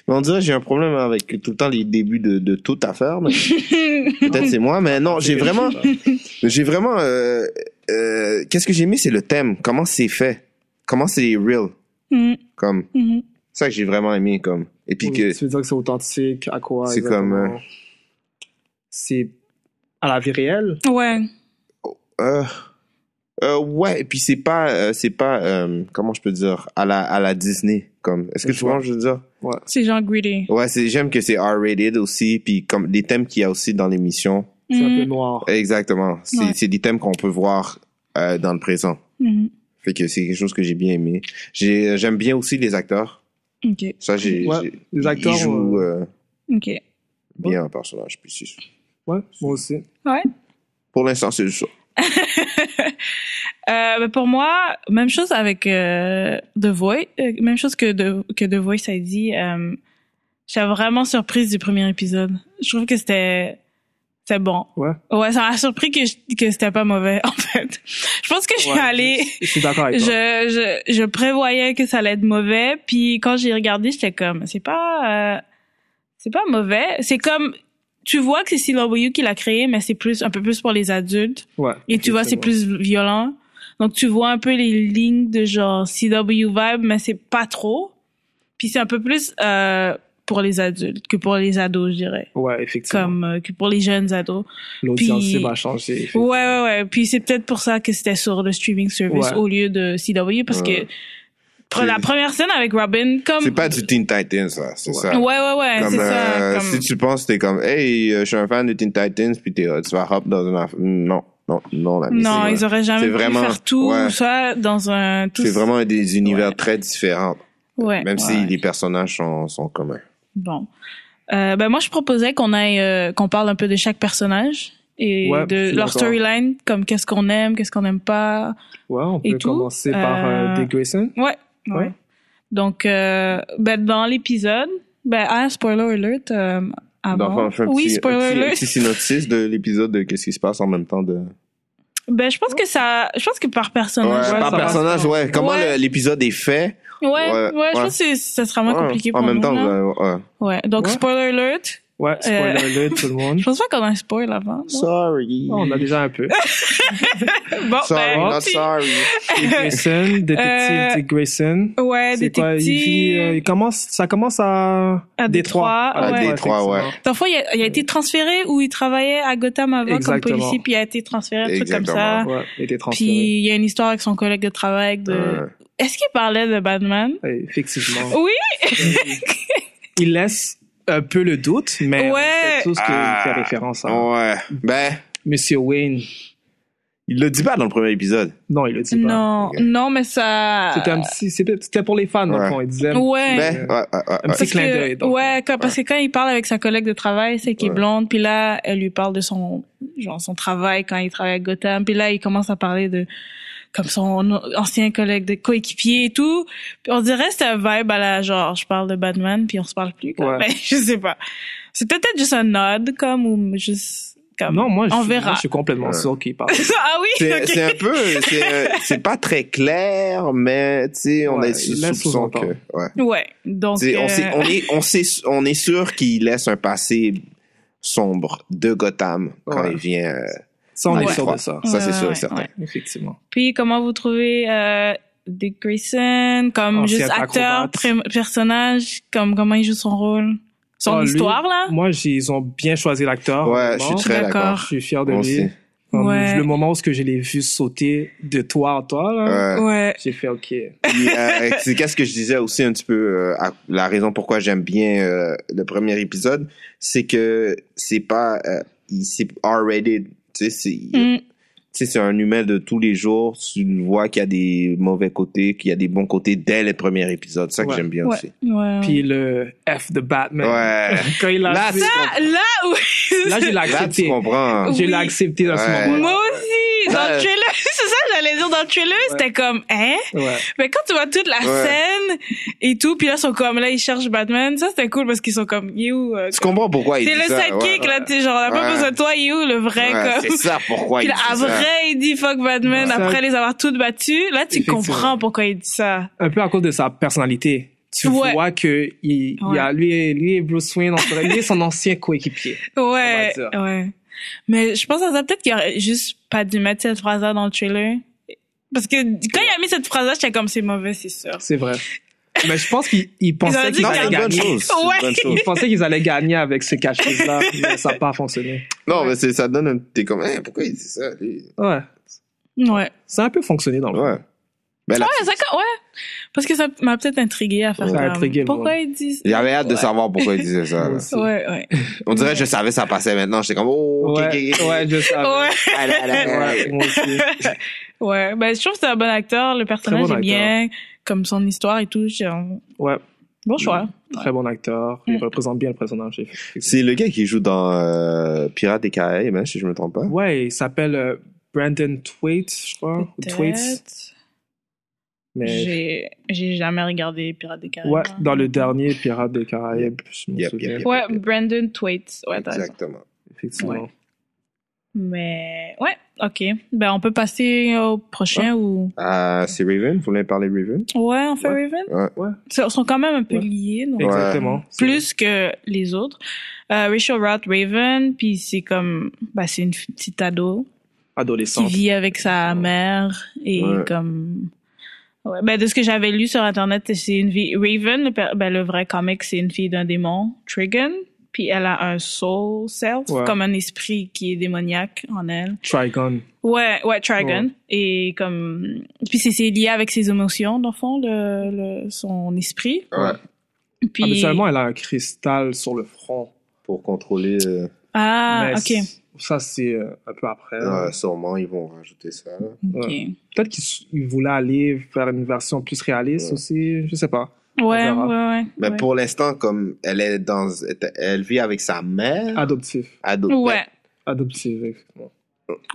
S5: Mais on dirait que j'ai un problème avec tout le temps les débuts de, de toute affaire. mais
S3: Mm-hmm.
S5: peut-être c'est moi, mais non, j'ai vraiment, j'ai vraiment, euh, euh, qu'est-ce que j'ai aimé, c'est le thème. Comment c'est fait? Comment c'est real?
S3: Mhm,
S5: Comme,
S3: mhm.
S5: ça que j'ai vraiment aimé, comme. Et puis que,
S4: Tu veux dire que c'est authentique, à quoi
S5: C'est comme,
S4: exactement? C'est à la vie réelle.
S3: Ouais,
S5: euh, euh, ouais, et puis c'est pas, euh, c'est pas, euh, comment je peux dire, à la, à la Disney, comme. Est-ce que
S4: Je
S5: tu
S4: vois.
S5: vois, ce que je veux dire?
S3: c'est genre greedy.
S5: Ouais, c'est, j'aime que c'est R-rated aussi, puis comme des thèmes qu'il y a aussi dans l'émission.
S4: C'est un peu
S3: Mhm,
S4: noir.
S5: Exactement. C'est,
S3: Ouais.
S5: c'est des thèmes qu'on peut voir, euh, dans le présent.
S3: mhm.
S5: Fait que c'est quelque chose que j'ai bien aimé. J'ai, euh, j'aime bien aussi les acteurs.
S3: Mm-hmm. Ok,
S5: Ça, j'ai,
S4: Ouais,
S5: j'ai-
S4: les acteurs,
S5: Ils jouent, euh,
S3: ok.
S5: bien un personnage, puis c'est-
S4: Ouais, moi aussi.
S3: Ouais.
S5: pour l'instant, c'est juste ça.
S3: Euh, ben, pour moi, même chose avec euh, The Voice, euh, même chose que The, que The Voice a dit. Euh, J'étais vraiment surprise du premier épisode. Je trouve que c'était c'était bon.
S4: Ouais.
S3: Ouais, ça m'a surpris que je- que c'était pas mauvais en fait. Je pense que je suis
S4: Ouais,
S3: allée,
S4: Je suis d'accord
S3: je,
S4: avec toi.
S3: je je prévoyais que ça allait être mauvais, puis quand j'ai regardé, j'étais comme c'est pas euh, c'est pas mauvais, c'est comme tu vois que c'est CW qui l'a créé, mais c'est plus un peu plus pour les adultes.
S4: Ouais.
S3: Et tu vois, c'est
S4: exactement.
S3: plus violent. Donc, tu vois un peu les lignes de genre CW vibe, mais c'est pas trop. Puis c'est un peu plus euh, pour les adultes que pour les ados, je dirais.
S4: Ouais, effectivement.
S3: Comme euh, que pour les jeunes ados.
S4: L'audience
S3: puis-
S4: va changer.
S3: Ouais,
S4: effectivement.
S3: ouais, ouais. Puis c'est peut-être pour ça que c'était sur le streaming service
S4: Ouais.
S3: au lieu de CW, parce
S5: Ouais.
S3: que pre- la
S5: C'est-
S3: première scène avec Robin, comme...
S5: C'est pas du Teen Titans, ça. C'est
S4: Ouais.
S5: ça.
S3: Ouais, ouais, ouais,
S5: Comme,
S3: Ah, c'est ça.
S5: euh,
S3: comme-
S5: Si tu penses, t'es comme, hey, euh, je suis un fan de Teen Titans, puis t'es, euh, tu vas hop dans une affaire. Non, non, non, la
S3: Non, ils auraient
S5: c'est
S3: jamais pu
S5: vraiment-
S3: faire tout
S5: ouais.
S3: ça dans un... tout-
S5: C'est vraiment des univers
S3: Ouais.
S5: très différents,
S3: Ouais.
S5: même si
S3: Ouais.
S5: les personnages sont, sont communs.
S3: Bon. Euh, ben moi, je proposais qu'on aille, euh, qu'on parle un peu de chaque personnage et
S4: Ouais, je
S3: de
S4: suis
S3: leur
S4: d'accord.
S3: storyline, comme qu'est-ce qu'on aime, qu'est-ce qu'on n'aime pas.
S4: Ouais, on
S3: Et
S4: peut
S3: tout.
S4: commencer par euh,
S3: Euh,
S4: Dick Grayson.
S3: Ouais. Ouais.
S4: Ouais.
S3: Donc, euh, ben dans l'épisode, ben ah, spoiler alert. euh, avant.
S5: Donc, on fait un
S3: oui,
S5: petit,
S3: spoiler
S5: un petit, un
S3: alert.
S5: petit synopsis de l'épisode de qu'est-ce qui se passe en même temps de.
S3: Ben je pense que ça, je pense que par personnage.
S5: Ouais,
S3: ça
S5: par
S3: va.
S5: personnage, ouais. Comment
S3: Ouais.
S5: le- l'épisode est fait.
S3: Ouais,
S5: Ouais,
S3: ouais,
S5: ouais.
S3: je pense que c'est- ça sera moins
S5: Ouais,
S3: compliqué pour
S5: En même
S3: nous,
S5: temps,
S3: là.
S5: vous allez voir, ouais.
S3: Ouais. Donc
S4: Ouais.
S3: spoiler alert.
S4: Ouais, spoiler
S3: euh,
S4: alert, tout le monde.
S3: Je pense pas qu'on a un spoil avant. non?
S5: Sorry.
S4: Oh, on a déjà un peu.
S3: Bon,
S5: Sorry,
S3: ben,
S5: not
S3: si.
S5: sorry.
S4: Dick Grayson, détective
S3: Euh,
S4: Dick Grayson.
S3: Ouais,
S4: C'est
S3: détective.
S4: quoi, il vit, euh, il commence, ça commence à,
S3: À Détroit,
S5: À ouais. Détroit,
S4: effectivement.
S5: ouais.
S3: Dans le fond, il a, il a été transféré ou il travaillait à Gotham avant
S4: Exactement.
S3: comme policier, puis il a été transféré, un truc comme ça.
S5: Exactement.
S4: Ouais, il était transféré.
S3: Ah. Puis il y a une histoire avec son collègue de travail. De...
S5: Ouais.
S3: Est-ce qu'il parlait de Batman?
S4: Ouais, Effectivement.
S3: Oui,
S4: Il laisse un peu le doute, mais
S3: Ouais.
S4: c'est tout ce qu'il
S5: Ah.
S4: fait référence à.
S5: Ouais. Ben,
S4: Monsieur Wayne.
S5: il le dit pas dans le premier épisode.
S4: Non, il le dit pas.
S3: non,
S5: Ok.
S3: non, mais ça.
S4: C'était un
S5: Ah.
S4: petit, c'était c'était pour les fans, dans
S5: Ouais.
S4: le fond. Il disait,
S3: Ouais.
S5: Ben, ouais, ouais, ouais,
S4: Un
S5: ouais.
S4: petit
S3: Parce
S4: clin
S3: que-
S4: d'œil. donc.
S3: ouais, quand- parce que quand il parle avec sa collègue de travail, c'est qu'il est
S5: Ouais.
S3: blonde, puis là, elle lui parle de son, genre, son travail quand il travaille à Gotham, puis là, il commence à parler de, comme son ancien collègue de coéquipier et tout. Puis on dirait que c'était un vibe à la, genre, je parle de Batman, puis on se parle plus, quoi.
S4: Ouais.
S3: Mais je sais pas. C'est peut-être juste un nod, comme, ou juste, comme.
S4: Non, moi, je,
S3: On
S4: suis-
S3: verra.
S4: moi, je suis complètement
S5: Ouais.
S4: sûr qu'il parle.
S3: ah oui?
S5: C'est
S3: ok.
S5: c'est un peu, c'est euh, c'est pas très clair, mais tu sais, on
S4: Ouais,
S5: a ce
S4: il laisse
S5: soupçon que,
S4: sous-entendre.
S5: ouais.
S3: Ouais. Donc.
S5: Tu sais, on,
S3: euh,
S5: sait, on est, on sait, on est sûr qu'il laisse un passé sombre de Gotham quand
S4: Ouais.
S5: il vient. euh,
S4: Ça, on
S5: à
S4: est sûr
S5: Détroit.
S4: de ça.
S5: Ça, c'est
S3: Ouais,
S5: sûr et
S3: ouais,
S5: certain.
S3: ouais.
S4: Effectivement.
S3: Puis comment vous trouvez euh, Dick Grayson comme
S5: Ah,
S4: Ancien
S3: juste acteur,
S4: acrobate.
S3: pré- personnage, comme comment il joue son rôle, son
S4: Ah, lui,
S3: histoire là.
S4: Moi, j'ai- ils ont bien choisi l'acteur.
S5: Ouais, je suis
S4: vraiment.
S5: très
S4: Je
S5: d'accord.
S3: D'accord.
S4: suis fier de
S5: Moi
S4: lui.
S5: aussi.
S4: Comme
S3: Ouais.
S4: Le moment où ce que je l'ai vu sauter de toi à toi, là,
S5: Ouais.
S3: Ouais.
S4: j'ai fait OK.
S5: Puis, euh, c'est qu'est-ce que je disais aussi un petit peu euh, à- la raison pourquoi j'aime bien euh, le premier épisode, c'est que c'est pas euh, il- c'est R-rated, tu sais c'est
S3: Mm.
S5: tu sais, c'est un humain de tous les jours. Tu le vois qu'il y a des mauvais côtés, qu'il y a des bons côtés dès les premiers épisodes. C'est ça que
S4: Ouais.
S5: j'aime bien
S3: Ouais.
S5: aussi.
S3: ouais.
S4: Puis le F de Batman.
S5: Ouais.
S4: Quand il a
S5: Là,
S4: fait-
S5: tu
S3: Ah, là oui.
S4: là, je l'ai
S5: Là, tu
S4: accepté.
S5: comprends.
S4: Je l'ai
S3: Oui.
S4: accepté dans
S5: Ouais.
S4: ce moment.
S3: Moi aussi. Dans
S5: Ouais.
S3: le trailer, c'est ça que j'allais dire dans le trailer, c'était comme hein.
S4: Ouais.
S3: Mais quand tu vois toute la
S5: Ouais.
S3: scène et tout, puis là ils sont comme là ils cherchent Batman, ça c'était cool parce qu'ils sont comme il est où euh,
S5: Tu comprends pourquoi il
S3: T'es
S5: dit
S3: le
S5: ça.
S3: sidekick
S5: ouais.
S3: là, t'es genre on a pas
S5: Ouais.
S3: besoin de toi, il est où le vrai
S5: Ouais,
S3: comme
S5: C'est ça pourquoi il
S3: Puis
S5: dit
S3: là,
S5: ça.
S3: après, il dit fuck Batman,
S4: Ouais.
S3: après les avoir toutes battues. Là, tu
S4: Effectivement.
S3: comprends pourquoi il dit ça.
S4: Un peu à cause de sa personnalité. Tu
S3: Ouais.
S4: vois que il, il y a lui et, lui et Bruce Wayne, on dirait- lui et son ancien coéquipier.
S3: Ouais,
S4: On va dire.
S3: ouais. Mais je pense à ça, peut-être qu'il aurait juste pas dû mettre cette phrase-là dans le trailer. Parce que quand il a mis cette phrase-là, j'étais comme c'est mauvais, c'est sûr.
S4: C'est vrai. Mais je pense qu'il il pensait
S3: auraient dû
S4: qu'ils
S5: Non, c'est
S4: allaient
S5: une
S3: garder.
S5: bonne
S4: gagner.
S5: chose. c'est une
S3: Ouais.
S5: bonne chose.
S4: Ils pensaient qu'ils allaient gagner avec ce cache là mais ça n'a pas fonctionné.
S5: Non, mais c'est- ça donne un petit comme, Hein, pourquoi il dit ça, lui?
S4: Ouais.
S3: Ouais.
S4: Ça a un peu fonctionné dans le
S5: Ouais. Ben, là,
S3: Ouais, ça, quand- ouais. Parce que ça m'a peut-être intrigué à faire
S4: Ça a
S3: comme,
S4: intrigué le
S3: Pourquoi il dit ça?
S5: J'avais hâte de savoir pourquoi il disait ça. là.
S4: Moi aussi.
S3: Ouais, ouais.
S5: On dirait que je savais ça passait maintenant. J'étais comme, oh, ok,
S4: Ouais,
S5: ok, ok.
S4: Ah ouais, je savais.
S3: Ouais.
S5: Allez, allez, allez.
S4: Ouais, moi aussi.
S3: Ouais. Ben, je trouve que c'est un bon acteur. Le personnage
S4: bon
S3: est bien. Comme son histoire et tout. j'ai un
S4: Ouais,
S3: Bon choix.
S4: très bon acteur. Il
S3: Mm.
S4: représente bien le personnage. effectivement.
S5: C'est le gars qui joue dans euh, Pirates des Caraïbes, hein, si je me trompe pas.
S4: Ouais, il s'appelle euh, Brandon Tweet, je crois. ou Tweets.
S3: Peut-être.
S4: Mais
S3: J'ai j'ai jamais regardé Pirates des Caraïbes.
S4: ouais, dans le dernier Pirates des Caraïbes, je me
S5: Yep,
S4: souviens.
S5: yep, yep.
S3: Ouais, Brandon Thwaites. Ouais, t'as raison.
S5: Exactement.
S4: Effectivement.
S3: Mais ouais, ok. Ben on peut passer au prochain ou.
S5: Ah, c'est Raven. Vous voulez parler de Raven?
S3: Ouais, on fait
S4: Ouais.
S3: Raven.
S4: Ouais.
S3: Ils sont quand même un peu
S4: Ouais.
S3: liés. donc-
S4: Exactement.
S3: plus que les autres. Euh, Rachel Roth Raven, puis c'est comme, bah, c'est une petite ado qui
S4: Adolescent.
S3: vit avec sa mère et
S5: Ouais.
S3: comme, ouais, ben, de ce que j'avais lu sur internet, c'est une vie Raven, le, per- ben, le vrai comic, c'est une fille d'un démon, Trigon, puis elle a un soul self,
S4: Ouais.
S3: comme un esprit qui est démoniaque en elle.
S4: Trigon.
S3: Ouais, ouais, Trigon
S4: Ouais.
S3: et comme, puis c'est c'est lié avec ses émotions dans le fond, le, le- son esprit.
S5: Ouais.
S3: Puis
S4: Habituellement, Ah, elle a un cristal sur le front.
S5: Pour contrôler. euh,
S3: ah,
S4: Mais
S3: ok.
S4: c- Ça, c'est euh, un peu après.
S5: ouais, sûrement, ils vont rajouter ça. là.
S3: Ok.
S4: Ouais. Peut-être qu'ils s- ils voulaient aller vers une version plus réaliste
S5: Ouais.
S4: aussi. Je sais pas.
S3: Ouais, ouais,
S4: verra.
S3: ouais.
S5: Mais
S3: ouais.
S5: pour l'instant, comme elle est dans. Elle vit avec sa mère. Ben,
S4: Adoptif.
S5: Adoptée.
S3: Ah. Ouais.
S4: Adoptif, effectivement.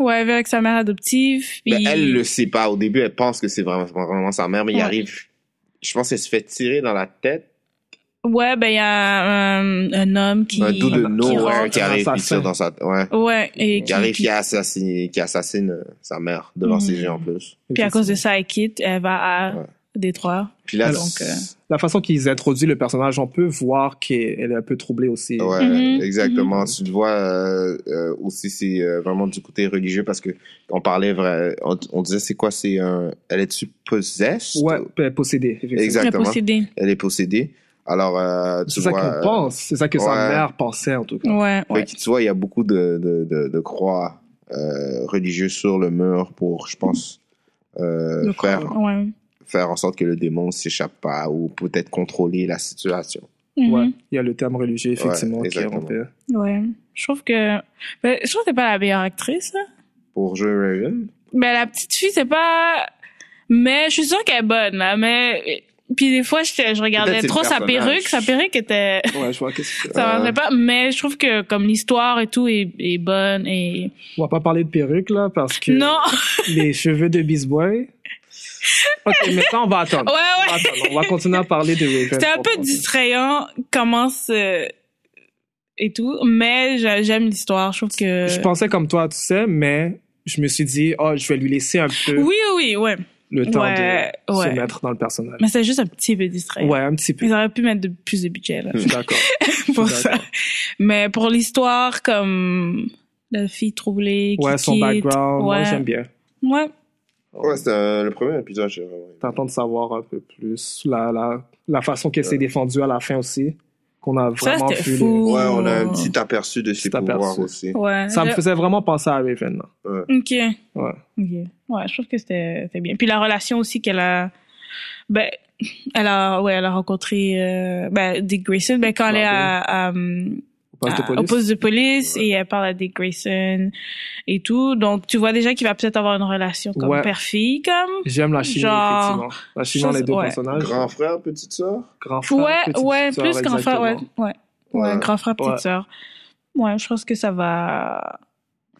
S3: Ouais, elle vit avec sa mère adoptive. Puis...
S5: Mais ben, elle le sait pas. Au début, elle pense que c'est vraiment, vraiment sa mère, mais il
S3: Ouais.
S5: arrive. Je pense qu'elle se fait tirer dans la tête.
S3: Ouais, ben, il y a un, un homme qui.
S5: un doux de nowhere
S3: rentre.
S5: qui arrive
S4: Un
S5: et tire dans sa. Ouais.
S3: Ouais, et
S5: Qui
S3: qui.
S5: arrive,
S3: puis,
S5: qui assassine, qui assassine euh, sa mère devant
S3: Mhm.
S5: ses yeux en plus.
S3: puis à cause de ça, elle quitte, elle va à
S5: Ouais.
S3: Détroit.
S5: Puis là,
S3: Donc, euh,
S5: c'est-
S4: La façon qu'ils introduisent le personnage, on peut voir qu'elle est un peu troublée aussi.
S5: Ouais,
S3: Mhm,
S5: exactement. Tu le vois euh, euh, aussi, c'est euh, vraiment du côté religieux parce que on parlait vrai, on, on disait c'est quoi, c'est un, elle est-tu possesse
S4: Ouais, p- possédée. effectivement.
S5: Exact.
S3: Elle est
S5: Exactement.
S3: possédée.
S5: Elle est possédée. Alors euh, tu
S4: C'est ça
S5: vois,
S4: qu'on
S5: euh,
S4: pense. C'est ça que
S5: ouais.
S4: sa mère pensait, en tout cas.
S3: Ouais.
S5: fait que tu vois, il y a beaucoup de de, de, de croix euh, religieuses sur le mur pour, je pense, euh,
S3: Le
S5: faire
S3: corps, Ouais.
S5: faire en sorte que le démon s'échappe pas ou peut-être contrôler la situation.
S3: Mhm.
S4: Ouais. Il y a le terme religieux, effectivement,
S5: Ouais,
S4: qui est
S5: exactement.
S4: rentré.
S3: Ouais. Je trouve que. Ben, je trouve que c'est pas la meilleure actrice, là.
S5: Pour jouer Raven,
S3: Ben, la petite fille, c'est pas. Mais je suis sûre qu'elle est bonne, là. Mais. Puis des fois, j'étais- je
S5: Peut-être
S3: regardais
S5: c'est le
S3: trop sa
S5: personnage.
S3: perruque. Sa perruque était.
S4: Ouais, je vois qu'est-ce que c'est.
S3: Ça
S5: Euh.
S3: m'en pas, mais je trouve que comme l'histoire et tout est, est bonne et
S4: On va pas parler de perruque, là, parce que
S3: non,
S4: les cheveux de Beast Boy... OK, maintenant, on va attendre.
S3: ouais
S4: On va
S3: ouais,
S4: attendre. On va continuer à parler de Raven.
S3: c'était un peu distrayant comment c'est- et tout, mais j'a- j'aime l'histoire, je trouve que
S4: Je pensais comme toi, tu sais, mais je me suis dit, oh, je vais lui laisser un peu
S3: oui oui ouais,
S4: le temps
S3: Ouais,
S4: de
S3: ouais.
S4: se mettre dans le personnage.
S3: mais c'est juste un petit peu distrayant.
S4: Ouais, un petit peu.
S3: Ils auraient pu mettre de, plus de budget là
S4: Je suis d'accord.
S3: pour
S4: Je suis
S3: ça,
S4: d'accord.
S3: mais pour l'histoire comme la fille troublée qui
S4: Ouais, son
S3: quitte,
S4: background, moi,
S3: ouais.
S4: j'aime bien.
S3: ouais
S5: ouais, c'était euh, le premier épisode, j'ai vraiment aimé.
S4: T'attends de savoir un peu plus la, la, la façon qu'elle
S5: Ouais.
S4: s'est défendue à la fin aussi, qu'on a
S3: Ça,
S4: vraiment
S3: c'était
S4: vu.
S3: fou.
S5: Ouais, on a un petit aperçu de ses
S4: Petit aperçu.
S5: pouvoirs aussi.
S3: ouais.
S4: le- Ça me
S3: Je-
S4: faisait vraiment penser à Raven. là.
S3: Ok.
S4: Ouais.
S3: Ok. Ouais, je trouve que c'était c'était bien. Puis la relation aussi qu'elle a. Ben, elle a, ouais, elle a rencontré euh, ben, Dick Grayson. Ben, quand elle est à, à, hum,
S4: Au poste de
S3: à- au
S4: police.
S3: poste de police et elle parle à Dick Grayson et tout. Donc, tu vois déjà qu'il va peut-être avoir une relation comme
S4: Ouais.
S3: père-fille, comme.
S4: J'aime la chimie,
S3: Genre,
S4: effectivement. La chimie entre les
S3: chose-
S4: deux
S3: ouais.
S4: personnages.
S5: Grand frère, petite sœur?
S4: Grand frère.
S3: ouais,
S4: petite
S3: ouais,
S4: sœur,
S3: plus grand frère, ouais,
S4: exactement.
S3: ouais. Ouais, grand frère, petite
S4: Ouais.
S3: sœur. Ouais, je pense que ça va.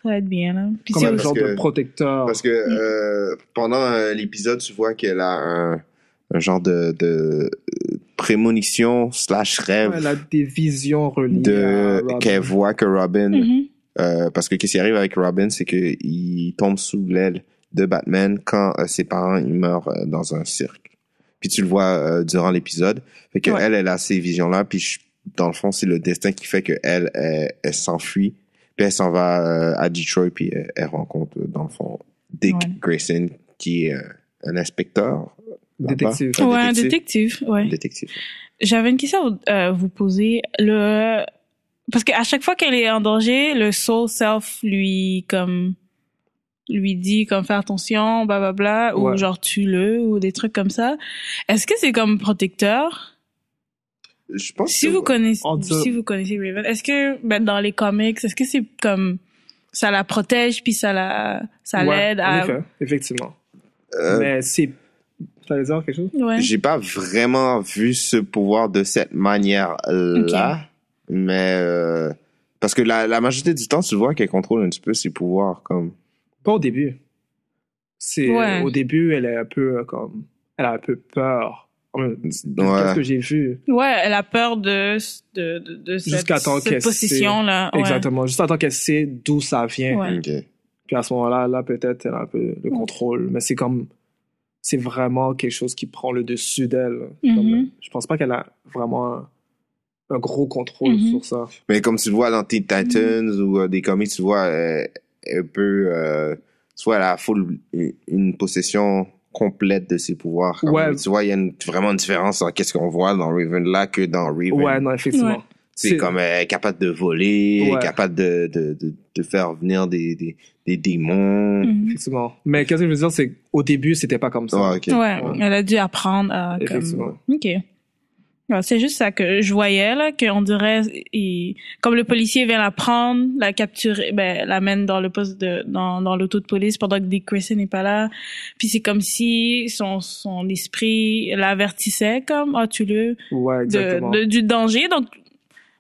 S3: Ça va être bien, là. Puis
S4: Comme
S3: c'est
S4: un
S5: Parce
S4: genre
S5: que-
S4: de protecteur.
S5: Parce que euh, pendant euh, l'épisode, tu vois qu'elle a un, un genre de, de euh, prémonition slash rêve
S4: Ouais, elle a des visions reliées à
S5: de
S4: Robin. Mm-hmm.
S5: qu'elle voit que Robin...
S3: Mhm.
S5: euh, parce que qu'est-ce qui arrive avec Robin, c'est que il tombe sous l'aile de Batman quand euh, ses parents ils meurent euh, dans un cirque. Puis tu le vois euh, durant l'épisode. Fait que
S3: Ouais.
S5: elle, elle a ces visions-là. Puis je- dans le fond, c'est le destin qui fait que elle, elle, elle s'enfuit. Puis elle s'en va euh, à Detroit. Puis elle, elle rencontre euh, dans le fond Dick
S3: Ouais.
S5: Grayson qui est euh, un inspecteur, là-bas.
S4: Détective.
S5: Un
S3: Ouais, un
S5: détective.
S3: détective, ouais.
S5: Un détective.
S3: J'avais une question à vous- euh, vous poser. Le parce qu'à chaque fois qu'elle est en danger, le soul self lui comme lui dit comme faire attention, bla bla bla, ou
S4: Ouais.
S3: genre tue-le ou des trucs comme ça. Est-ce que c'est comme protecteur
S5: Je pense.
S3: Si
S5: que-
S3: vous connaissez
S4: On dit-
S3: si vous connaissez Raven, est-ce que ben, dans les comics, est-ce que c'est comme ça la protège puis ça la ça
S4: Ouais,
S3: l'aide
S4: en
S3: à
S4: effet, effectivement.
S5: Euh,
S4: Mais c'est. T'allais dire quelque chose?
S3: ouais.
S5: J'ai pas vraiment vu ce pouvoir de cette manière-là, mais euh, parce que la, la majorité du temps, tu vois qu'elle contrôle un petit peu ses pouvoirs, comme
S4: Pas au début. C'est
S3: Ouais.
S4: au début, elle est un peu euh, comme elle a un peu peur euh,
S5: Ouais.
S4: Qu'est-ce que j'ai vu
S3: Ouais, elle a peur de, de, de, de cette,
S4: Jusqu'à temps qu'elle
S3: cette position-là. Ouais.
S4: Exactement. Juste en tant qu'elle sait d'où ça vient.
S3: Ouais.
S5: Ok.
S4: Puis à ce moment-là, là, peut-être, elle a un peu le contrôle. Mais c'est comme. C'est vraiment quelque chose qui prend le dessus d'elle.
S3: Mhm.
S4: Comme, euh, Je pense pas qu'elle a vraiment un, un gros contrôle
S3: Mhm.
S4: sur ça.
S5: Mais comme tu le vois dans tes Titans ou euh, des comics, tu vois euh, un peu euh, soit la full une- une possession complète de ses pouvoirs. comme,
S4: Ouais.
S5: Tu vois, il y a une- vraiment une différence entre qu'est-ce qu'on voit dans Raven là que dans Raven.
S4: Ouais, non, effectivement.
S3: Ouais.
S5: c'est comme euh, elle est capable de voler, elle est
S4: Ouais.
S5: capable de, de, de, de faire venir des, des, des démons.
S3: Mhm.
S4: Effectivement. Mais qu'est-ce que je veux dire, c'est qu'au début, c'était pas comme ça.
S5: Ah, ok.
S3: Ouais,
S4: Ouais.
S3: elle a dû apprendre à. comme-
S4: Effectivement.
S3: Ok. Ouais, C'est juste ça que je voyais, là, qu'on dirait, il- comme le policier vient la prendre, la capturer, ben, l'amène dans le poste de, dans, dans l'auto de police pendant que Dick Grayson n'est pas là. Puis c'est comme si son, son esprit l'avertissait, comme, ah, tu le,
S4: Ouais, exactement.
S3: de, de- du danger. Donc,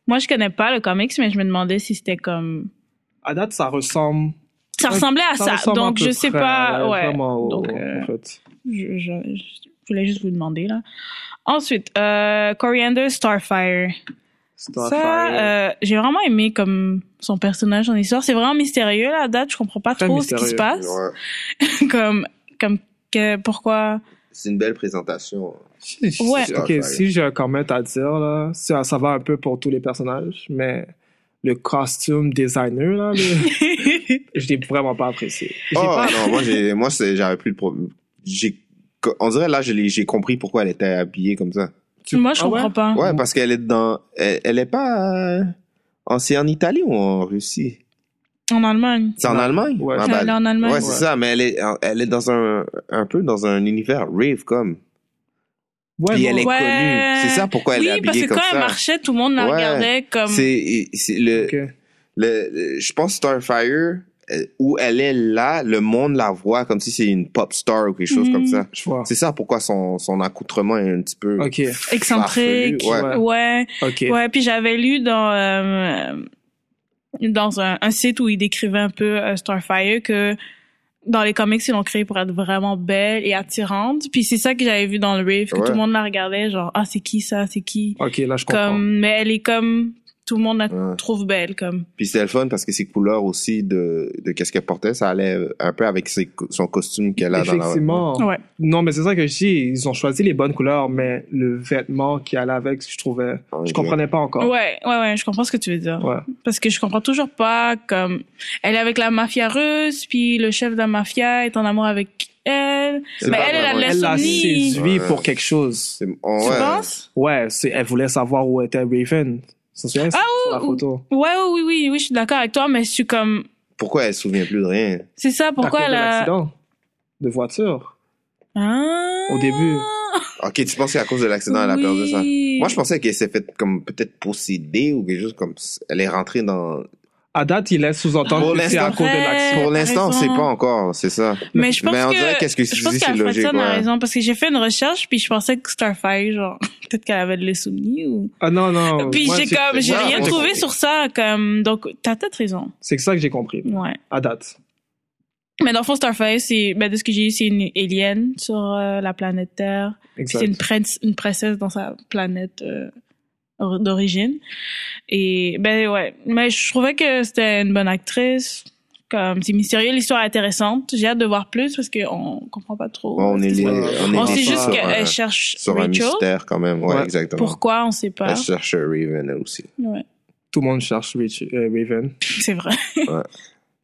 S3: moi, je connais pas le comics, mais je me demandais si c'était comme,
S4: À date, ça ressemble.
S3: ça
S4: Ouais,
S3: ressemblait à
S4: ça
S3: ça.
S4: ressemble à
S3: Donc,
S4: peu
S3: je sais
S4: près,
S3: pas, ouais.
S4: Vraiment, au-
S3: Donc, euh,
S4: en fait.
S3: je, je- je voulais juste vous demander là. Ensuite, euh, Coriander Starfire.
S4: Starfire.
S3: Ça, euh, j'ai vraiment aimé comme son personnage, son histoire. C'est vraiment mystérieux là, à date. Je comprends pas
S4: Très
S3: trop ce qui
S4: mystérieux,
S3: se passe.
S5: Ouais.
S3: comme, comme que, pourquoi
S5: C'est une belle présentation.
S4: Si- si-
S3: Ouais.
S4: Ok, si j'ai un comment à dire, là, ça, ça va un peu pour tous les personnages, mais le costume designer, là, le- je l'ai vraiment pas apprécié. J'ai
S5: Oh
S4: pas-
S5: non, moi j'ai moi c'est- j'avais plus de problème. J'ai on dirait là je l'ai- j'ai compris pourquoi elle était habillée comme ça.
S4: tu-
S3: Moi, je
S4: Ah ouais?
S3: comprends pas.
S5: Ouais, parce qu'elle est dans elle, elle est pas euh, en c'est en Italie ou en Russie
S3: En Allemagne.
S5: C'est en
S4: Non.
S5: Allemagne
S4: Ouais.
S5: Ah,
S3: Ça,
S5: bah,
S3: elle est en Allemagne.
S5: Ouais, c'est
S4: Ouais.
S5: ça, mais elle est elle est dans un un peu dans un univers rave comme.
S4: Ouais,
S5: Puis
S4: bon,
S5: elle est
S3: Ouais.
S5: connue. C'est ça pourquoi elle
S3: oui,
S5: est
S3: parce
S5: habillée
S3: que
S5: comme
S3: quand elle
S5: ça.
S3: marchait, tout le monde la
S5: Ouais.
S3: regardait comme.
S5: C'est c'est le
S4: ok.
S5: le, le- je pense Starfire euh, où elle est là, le monde la voit comme si c'est une pop star ou quelque chose
S3: Mhm.
S5: comme ça.
S4: Je vois.
S5: C'est ça pourquoi son, son accoutrement est un petit peu
S4: Mm-hmm. Ok.
S3: Excentrique.
S5: farfelu, ouais.
S3: ouais.
S4: Ok.
S3: Ouais, puis j'avais lu dans euh, dans un, un site où il décrivait un peu euh, Starfire que dans les comics ils l'ont créé pour être vraiment belle et attirante. Puis c'est ça que j'avais vu dans le rave que
S5: Ouais.
S3: tout le monde la regardait genre ah c'est qui ça c'est qui
S4: Ok, là, je comprends.
S3: comme mais elle est comme tout le monde la
S5: Ouais.
S3: trouve belle comme
S5: euh, Puis c'était le fun parce que ses couleurs aussi de, de qu'est-ce qu'elle portait, ça allait un peu avec ses, co- son costume qu'elle a dans la
S4: Effectivement.
S3: ouais
S4: Non, mais c'est ça que je dis. Ils ont choisi les bonnes couleurs, mais le vêtement qui allait avec, je trouvais.
S5: Ok.
S4: Je comprenais pas encore.
S3: ouais ouais ouais je comprends ce que tu veux dire
S4: Ouais.
S3: parce que je comprends toujours pas comme elle est avec la mafia russe puis le chef de la mafia est en amour avec elle
S5: C'est
S3: mais
S5: pas
S3: elle, elle a
S5: vraiment-
S3: de
S4: Elle l'a
S3: l'insomnie
S4: séduit
S5: Ouais.
S4: pour quelque chose.
S5: C'est-
S3: tu
S5: on- ouais.
S3: penses
S4: Ouais, c'est- elle voulait savoir où était Raven. Ça se souvient
S3: Ah
S4: sur la
S3: oui,
S4: photo.
S3: Ouais, oui, oui, oui, oui, je suis d'accord avec toi, mais je suis comme.
S5: Pourquoi elle se souvient plus de rien
S3: C'est ça, pourquoi
S4: à cause de
S3: la.
S4: l'accident de voiture.
S3: Ah.
S4: Au début.
S5: Ok, tu penses qu'à cause de l'accident, elle a perdu ça
S3: Oui.
S5: Moi, je pensais qu'elle s'est faite comme peut-être posséder ou quelque chose comme ça. Elle est rentrée dans.
S4: À date, il laisse sous-entendre
S5: Pour
S4: que c'est à
S5: l'instant-
S4: cause de l'accident.
S5: Pour l'instant, on
S3: Euh, raison.
S5: sait pas encore, c'est ça.
S3: Mais je pense
S5: Mais on
S3: que.
S5: dirait qu'est-ce que tu
S3: je pense
S5: dis, c'est
S3: qu'Alfredson
S5: logique.
S3: a
S5: ouais.
S3: raison, parce que j'ai fait une recherche, puis je pensais que Starfire, genre, peut-être qu'elle avait de l'insomnie ou.
S4: Ah non, non.
S3: puis
S4: moi,
S3: j'ai
S4: c'est-
S3: comme. J'ai
S5: Ouais,
S3: rien
S5: moi,
S3: trouvé
S5: c'est-
S3: sur ça, comme. Donc, t'as peut-être raison.
S4: C'est que ça que j'ai compris.
S3: Ouais.
S4: À date.
S3: Mais dans le fond, Starfire, c'est. Ben, de ce que j'ai eu, c'est une alien sur euh, la planète Terre. Puis
S4: Exact.
S3: c'est une, prince, une princesse dans sa planète euh, or- d'origine. Et ben ouais, mais je trouvais que c'était une bonne actrice. Comme c'est mystérieux, l'histoire est intéressante. J'ai hâte de voir plus parce qu'on comprend pas trop.
S5: Ouais, on est lié. On est
S3: On
S5: lié
S3: sait juste
S5: sur, un-
S3: qu'elle cherche
S5: sur un
S3: Rachel.
S5: mystère quand même. Ouais,
S4: Ouais.
S5: exactement.
S3: Pourquoi on sait pas.
S5: Elle cherche Raven elle aussi.
S3: Ouais,
S4: Tout le monde cherche Rich- euh, Raven.
S3: c'est vrai.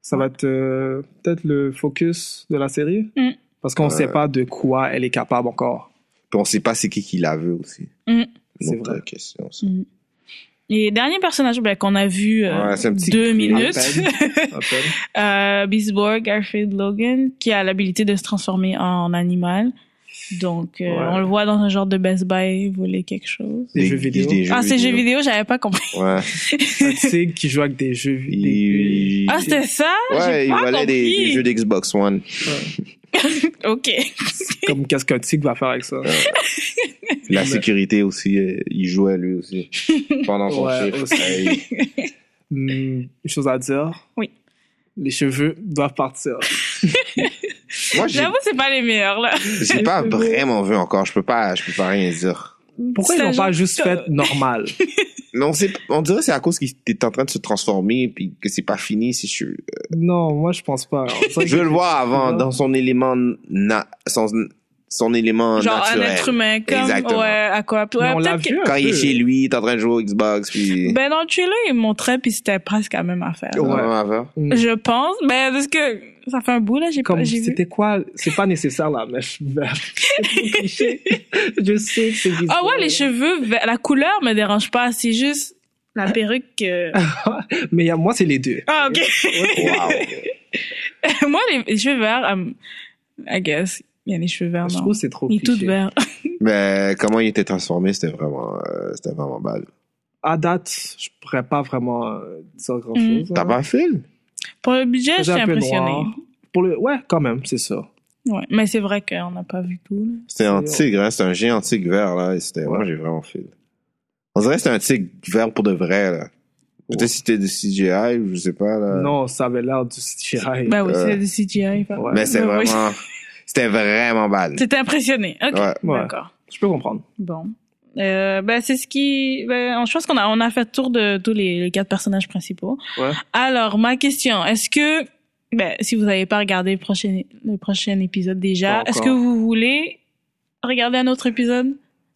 S4: Ça va être euh, peut-être le focus de la série.
S3: Mm.
S4: Parce qu'on
S5: Ouais.
S4: sait pas de quoi elle est capable encore.
S5: Puis on sait pas c'est qui qui la veut aussi.
S3: Mm.
S5: C'est
S4: C'est vrai.
S5: question. ça.
S3: Mm. Et dernier personnage ben, qu'on a vu euh,
S5: Ouais, c'est un petit
S3: deux
S5: clip.
S3: minutes,
S4: À peine.
S3: euh, Beastborg, Garfield Logan, qui a l'habilité de se transformer en animal. Donc, euh,
S4: Ouais.
S3: on le voit dans un genre de Best Buy voler quelque chose.
S4: Des jeux vidéo.
S5: des jeux
S3: ah, c'est jeux vidéo, j'avais pas compris.
S5: Ouais.
S4: Un tigre qui joue avec des jeux vidéo.
S5: Il...
S3: Ah, c'était ça?
S5: ouais,
S3: J'ai
S5: il
S3: pas
S5: volait des,
S3: compris.
S5: des jeux d'Xbox One.
S3: Ok.
S4: Comme qu'est-ce qu'un tigre va faire avec ça.
S5: La
S4: Mais-
S5: sécurité aussi, euh, il jouait lui aussi. Pendant son
S4: Ouais,
S5: chiffre.
S4: aussi.
S5: Hey.
S4: Hmm, une chose à dire.
S3: Oui.
S4: les cheveux doivent partir.
S5: Moi, j'ai
S3: J'avoue, c'est pas les meilleurs, là.
S5: j'ai pas vraiment vu encore. Je peux pas, je peux pas rien dire.
S4: Pourquoi ils
S3: C'est un
S4: l'ont pas
S3: genre-
S4: juste fait normal?
S5: Mais on, sait, on dirait que c'est à cause qu'il est en train de se transformer puis que c'est pas fini. Si je,
S4: non, moi, je pense pas. On dirait
S5: je veux
S4: que-
S5: le voir avant
S4: Non.
S5: dans son élément na, son, son élément
S3: Genre un
S5: naturel.
S3: être humain, comme,
S5: Exactement.
S3: ouais, à quoi.
S4: Mais
S3: Ouais,
S4: on l'a
S3: peut-être que-
S4: vu. un
S5: Quand il est
S4: peu.
S5: chez lui, il est en train de jouer au Xbox puis.
S3: Ben, dans Tuelo, il montrait, puis c'était presque la même affaire.
S5: Non,
S4: ouais.
S5: avant.
S3: Je pense, mais parce que ça fait un bout, là, j'ai pas,
S4: Comme,
S3: j'ai vu.
S4: c'était quoi? C'est pas nécessaire, la mèche verte. C'est trop cliché. je sais que c'est bizarre.
S3: Ah ouais, les cheveux, ver- la couleur me dérange pas, c'est juste
S4: Ah.
S3: la perruque. euh.
S4: Mais il y a- moi, c'est les deux.
S3: Ah, ok.
S5: Wow.
S3: Moi, les, les cheveux verts, um, I guess, il y a les cheveux verts,
S4: Je
S3: Ah non.
S4: trouve que c'est trop
S3: Il est tout
S4: cliché.
S3: vert.
S5: Mais Ben, comment il était transformé, c'était vraiment, euh, c'était vraiment bad.
S4: À date, je pourrais pas vraiment euh, dire hein. grand
S3: Mm.
S4: chose.
S5: T'as pas un fil?
S3: Pour le budget,
S4: Faisait
S3: j'étais
S4: un peu
S3: impressionnée.
S4: noir. Pour le... Ouais, quand même, c'est ça.
S3: Ouais. Mais c'est vrai qu'on n'a pas vu tout, là.
S5: C'était un
S4: C'est-
S5: tigre, hein? C'était un géant tigre vert, là. et C'était, moi, j'ai vraiment fil. On dirait que c'était un tigre vert pour de vrai, là. Peut-être si c'était du CGI, ou je sais pas, là.
S4: Non, ça avait l'air du CGI.
S3: Bah oui,
S5: Euh,
S3: c'est du CGI. pas-
S4: ouais.
S5: Mais c'est
S3: oui.
S5: vraiment, c'était vraiment bad.
S3: T'étais impressionné. Ok.
S5: Ouais.
S4: Ouais.
S3: D'accord.
S4: Je peux comprendre.
S3: Bon. Euh, ben c'est ce qui. Ben, je pense qu'on a on a fait le tour de tous les, les quatre personnages principaux.
S4: Ouais.
S3: Alors ma question, est-ce que ben si vous n'avez pas regardé le prochain le prochain épisode déjà,
S4: Pas
S3: est-ce
S4: encore.
S3: que vous voulez regarder un autre épisode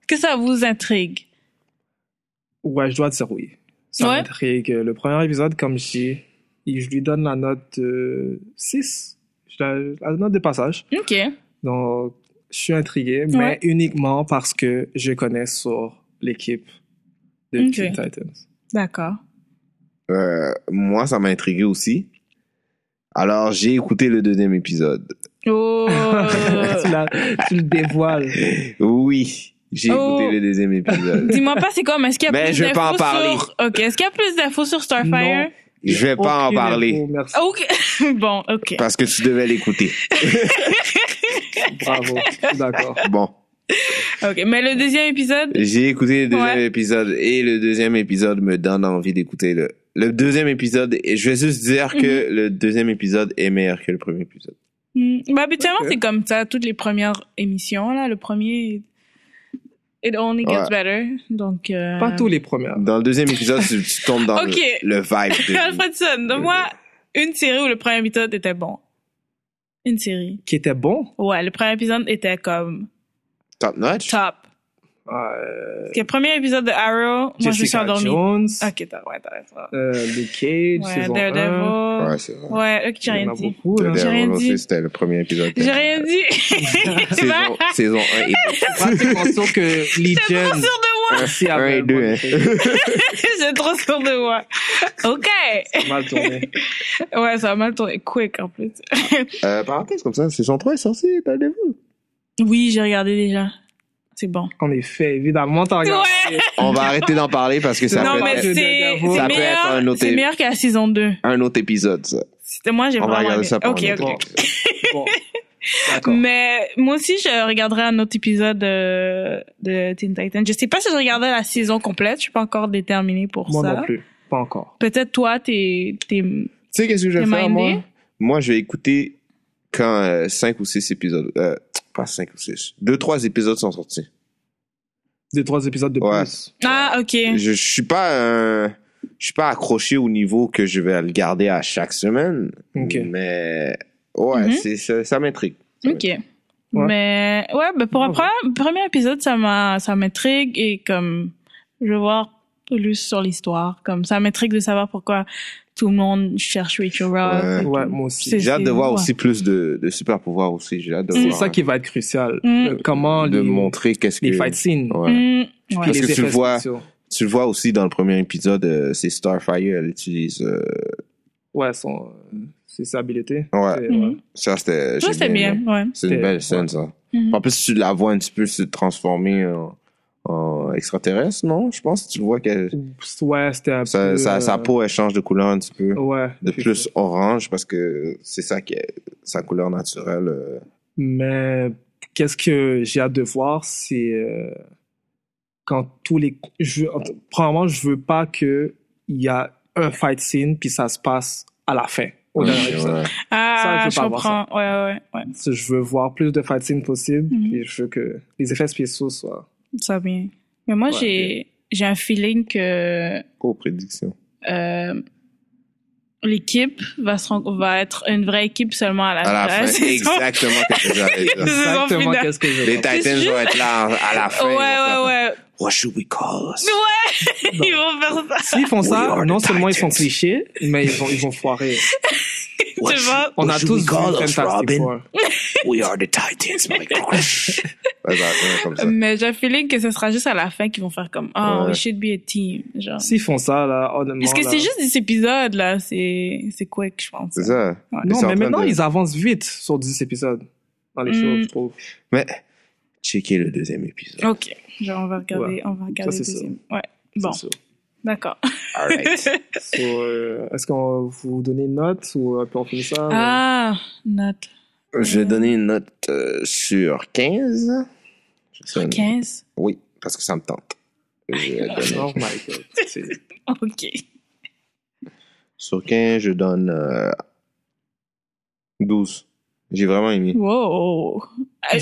S3: Est-ce que ça vous intrigue
S4: Ouais, je dois dire oui. Ça
S3: Ouais.
S4: m'intrigue. Le premier épisode, comme je dis, il- je lui donne la note 6. La, la note de passage.
S3: Ok.
S4: Donc, je suis intrigué, mais
S3: Ouais.
S4: uniquement parce que je connais sur l'équipe de
S3: Ok.
S4: Teen Titans.
S3: D'accord.
S5: Euh, moi, ça m'a intrigué aussi. Alors, j'ai écouté le deuxième épisode.
S3: Oh.
S4: tu, la- tu le dévoiles.
S5: Oui, j'ai
S3: Oh.
S5: écouté le deuxième épisode.
S3: Dis-moi pas c'est comme est-ce qu'il y a
S5: Mais
S3: plus
S5: je vais pas en
S3: d'infos
S5: parler.
S3: sur Ok. Est-ce qu'il y a plus d'infos sur Starfire
S5: je vais pas en
S4: Aucune
S5: parler.
S4: info, merci,
S3: Ok. bon. Ok.
S5: Parce que tu devais l'écouter.
S3: Oh.
S4: bravo. Je suis D'accord.
S5: Bon.
S3: Ok. Mais le deuxième épisode.
S5: J'ai écouté le deuxième
S3: Ouais.
S5: épisode et le deuxième épisode me donne envie d'écouter le. Le deuxième épisode, et je vais juste dire que
S3: Mhm.
S5: le deuxième épisode est meilleur que le premier épisode.
S3: Mm. Bah, habituellement,
S4: Ok.
S3: c'est comme ça, toutes les premières émissions, là, le premier, it only
S5: Ouais.
S3: gets better, donc... euh,
S4: Pas tous les premières.
S5: Dans le deuxième épisode, tu, tu tombes dans le-
S3: Ok.
S5: le, vibe. de-
S3: Alfredson, donne-moi une série où le premier épisode était bon. Une série.
S4: Qui était bon.
S3: Ouais, le premier épisode était comme
S5: Top notch.
S3: top.
S4: Euh,
S3: Parce que le premier épisode de Arrow, moi, je me suis
S4: Jessica
S3: endormie.
S4: Jones,
S3: Ok, t'as ouais, t'as raison.
S4: euh, Luke Cage,
S3: Ouais,
S4: saison 1.
S3: Daredevil.
S5: Ouais, c'est vrai.
S3: Ouais, ok, j'ai
S4: Il y
S3: rien
S4: en a
S3: dit.
S4: beaucoup. hein.
S5: Le
S4: là.
S3: J'ai
S5: dernier,
S3: rien
S5: on
S3: dit.
S5: sait, C'était le premier épisode.
S3: J'ai rien dit. Tu
S5: Saison,
S3: vois?
S5: saison 1 et
S4: pratiquement sûr que Lee
S3: J'étais trop
S4: Jen,
S3: sûre de moi.
S4: aussi,
S5: un
S4: avait
S5: et
S4: un
S5: deux,
S4: bon
S5: hein.
S4: effet.
S3: J'étais trop sûre de moi. Ok.
S4: C'est mal tourné.
S3: Ouais, ça a mal tourné. Quick, en plus.
S5: Euh, parenthèse, comme ça, saison 3 est censée être le
S3: Oui, j'ai regardé déjà. C'est bon.
S4: En effet, évidemment, t'as regardé.
S5: On va arrêter d'en parler parce que ça
S3: non,
S5: peut
S3: mais
S5: être
S3: c'est
S4: être-
S3: c'est
S4: Ça
S5: peut être un
S3: meilleur,
S5: autre-
S3: c'est meilleur que la saison 2.
S5: un autre épisode, ça.
S3: C'était moi, j'ai
S5: On va
S3: vraiment
S5: regarder
S3: aimé.
S5: ça pour
S3: Ok,
S5: un
S3: ok.
S5: autre
S4: Bon. Bon. D'accord.
S3: Mais moi aussi, je regarderai un autre épisode euh, de Teen Titans. Je sais pas si je regarderai la saison complète. Je suis pas encore déterminée pour
S4: Moi
S3: ça.
S4: non plus. Pas encore.
S3: Peut-être toi, t'es, t'es,
S5: Tu sais qu'est-ce que je vais
S3: T'es
S5: faire,
S3: mindé?
S5: moi? Moi, je vais écouter quand 5 ou 6 épisodes... Euh, pas 5 ou 6. 2-3 épisodes sont sortis.
S4: Deux, trois épisodes de
S5: Ouais.
S4: plus.
S3: ah, ok.
S5: Je, je suis pas euh, Je suis pas accroché au niveau que je vais le garder à chaque semaine.
S4: Ok.
S5: Mais... Ouais,
S3: Mhm.
S5: c'est, ça, ça m'intrigue.
S3: Ok. Mais ouais, ben pour un
S4: Bravo.
S3: premier, premier épisode, ça m'a, ça m'intrigue et comme je veux voir plus sur l'histoire, comme ça m'intrigue de savoir pourquoi tout le monde cherche Rachel Roth.
S5: Ouais.
S3: et tout.
S4: Ouais, moi aussi.
S3: C'est-
S5: J'ai hâte de
S3: c'est-
S5: voir
S3: ouais.
S5: aussi plus de, de super-pouvoirs aussi. J'ai hâte de
S4: C'est
S5: voir...
S4: ça qui va être crucial.
S3: Mm.
S4: Euh, Comment
S5: de
S4: les,
S5: montrer qu'est-ce que...
S4: les fight scenes.
S5: Ouais.
S3: Mm, ouais.
S5: Parce
S4: les
S5: que tu
S4: effets
S5: le vois.
S4: spéciaux.
S5: Tu le vois aussi dans le premier épisode, euh, c'est Starfire, elle utilise. euh,
S4: Ouais, son, c'est sa habilité.
S5: Ouais.
S4: C'est-
S3: Mhm.
S5: ça, c'était. j'ai
S3: Ouais, c'était bien,
S5: aimé.
S3: ouais.
S5: C'est une
S4: C'était-
S5: belle scène, ça.
S3: Mhm.
S5: En plus, tu la vois un petit peu se transformer en, en extraterrestre, non? Je pense que tu vois que
S3: Mm.
S4: Ouais, c'était un
S5: sa,
S4: peu,
S5: sa,
S4: euh,
S5: sa peau, elle change de couleur un petit peu.
S4: Ouais.
S5: De
S4: c'est
S5: plus
S4: ça.
S5: orange, parce que c'est ça qui est sa couleur naturelle. euh.
S4: Mais qu'est-ce que j'ai hâte de voir, c'est euh, quand tous les. Je, en tout- premièrement, je veux pas que il y a un fight scene puis ça se passe à la fin. au dernier
S5: Ouais,
S4: épisode.
S5: ouais.
S4: Ça,
S3: Ah,
S4: il faut
S3: je
S4: pas voir ça.
S3: comprends. Ouais, ouais, ouais.
S4: Si Je veux voir plus de fighting possible,
S3: Mhm.
S4: et je veux que les effets spéciaux soient.
S3: Ça va bien. Mais moi,
S4: Ouais,
S3: j'ai, j'ai un feeling que
S5: Oh, prédiction.
S3: euh, l'équipe va, se, ren- va être une vraie équipe seulement à la,
S5: À la
S3: de
S5: fin,
S3: saison.
S5: exactement ce que j'allais dire.
S3: Saison
S4: Exactement
S3: finale.
S4: qu'est-ce que je veux.
S5: Les Titans
S3: sûr.
S5: vont être là à la fin.
S3: Ouais,
S5: ils vont
S3: ouais,
S5: faire-
S3: ouais.
S5: What should we call us?
S3: Ils vont faire ça.
S4: S'ils font
S5: We
S4: ça,
S5: are
S4: non
S5: the
S4: seulement ils sont
S5: Titans.
S4: clichés, mais ils vont, ils vont foirer.
S5: What
S3: Tu
S5: should-
S3: vois?
S4: On
S5: what
S4: a
S5: should
S4: tous
S5: we
S4: vu
S5: call us,
S4: Fantastic
S5: Robin?
S4: Four.
S5: We are the Titans, Mike. Ouais, ça va être comme ça.
S3: Euh,
S4: Euh,
S3: Mais j'ai un feeling que ce sera juste à la fin qu'ils vont faire comme Oh,
S5: Ouais.
S3: we should be a team. Genre.
S4: S'ils font ça, là, honnêtement.
S3: Parce que
S4: là-
S3: c'est juste des épisodes, là. C'est, c'est quick, je pense.
S5: C'est ça.
S3: Ouais.
S5: Ils sont
S4: Non,
S5: en
S4: mais
S5: train
S4: maintenant,
S5: de-
S4: ils avancent vite sur 10 épisodes dans les
S3: Mm.
S4: shows, je trouve.
S5: Mais checkez le deuxième épisode.
S3: Ok. Genre, on va regarder, on va regarder
S4: Ça,
S3: le
S4: c'est
S3: deuxième. Ouais. Bon,
S4: C'est sûr.
S3: d'accord.
S5: All right.
S4: So, euh, Est-ce qu'on vous donner une note ou euh, puis on finit ça? ou-
S3: Ah, note
S5: Je vais donner une note euh, sur 15. Je sais-
S3: 15.
S5: Oui, parce que ça me tente. Je vais donner-
S4: Oh my god. C'est-
S3: Ok.
S5: Sur 15, je donne euh, 12. J'ai vraiment aimé.
S3: Wow. Euh,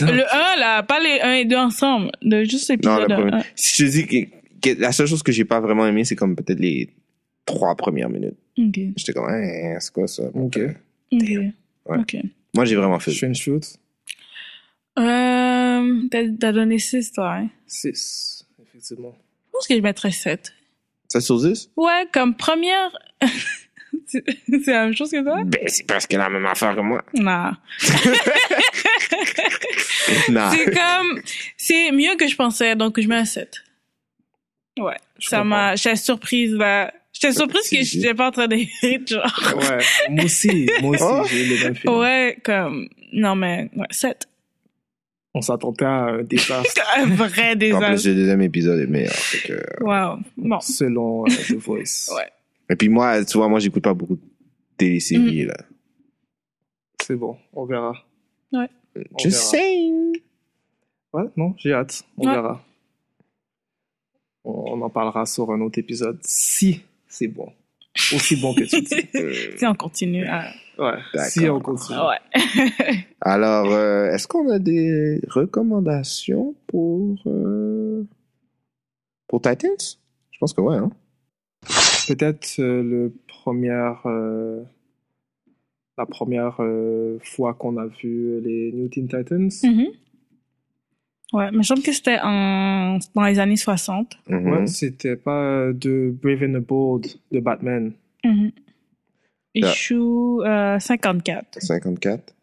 S4: Non.
S3: Le 1, là, pas les 1 et 2 ensemble. De juste
S5: Non, le
S3: l'épisode
S5: premier-
S3: 1.
S5: Si je te dis que, que la seule chose que j'ai pas vraiment aimé, c'est comme peut-être les trois premières minutes.
S3: Ah, Ok.
S5: J'étais comme, Hein, c'est quoi ça?
S4: Ok.
S3: Ok.
S5: Ouais.
S3: Ok.
S5: Moi, j'ai vraiment fait.
S4: Strange Shoot.
S3: Euh, t'as- T'as donné 6, toi, hein?
S4: 6. Effectivement.
S3: Je pense que je mettrais 7.
S5: Ça sur 10?
S3: Ouais, comme première. c'est c'est la même chose que toi?
S5: Ben, c'est presque la même affaire que moi.
S3: Non.
S4: Ah.
S5: non.
S3: C'est comme. C'est mieux que je pensais, donc je mets un 7. Ouais.
S4: Je
S3: ça
S4: comprends.
S3: m'a. J'étais surprise, là. J'étais surprise que
S5: si.
S3: j'étais pas en train de genre.
S4: Ouais. moi aussi, moi aussi,
S5: Oh.
S4: j'ai eu le même film.
S3: Ouais, comme. Non, mais. Ouais, 7.
S4: On s'attendait à un désastre
S3: un vrai
S5: En plus,
S3: désastre.
S5: le deuxième épisode est meilleur. fait que-
S3: Wow. Bon.
S4: selon euh, The Voice.
S3: Ouais.
S5: Et puis moi, tu vois, moi, j'écoute pas beaucoup de téléséries, là.
S4: C'est bon, on verra.
S3: Ouais.
S4: On
S5: Just
S4: verra.
S5: saying.
S4: Ouais, non, j'ai hâte. On
S3: Ouais.
S4: verra. On, on en parlera sur un autre épisode si c'est bon. Aussi bon que tu dis.
S5: Euh,
S3: Si on continue à...
S4: Ouais.
S5: D'accord.
S4: Si on continue.
S3: Ouais.
S5: Alors, euh, est-ce qu'on a des recommandations pour, euh, pour Titans? Je pense que ouais, hein.
S4: Peut-être euh, le premier, euh, la première euh, fois qu'on a vu les New Teen Titans.
S3: Mhm. Ouais, mais je trouve que c'était en... dans les années 60.
S5: Mhm.
S4: Ouais, c'était pas euh, de Brave and the Bold de Batman.
S3: Mhm.
S5: Yeah.
S3: Issue euh, 54.
S5: 54.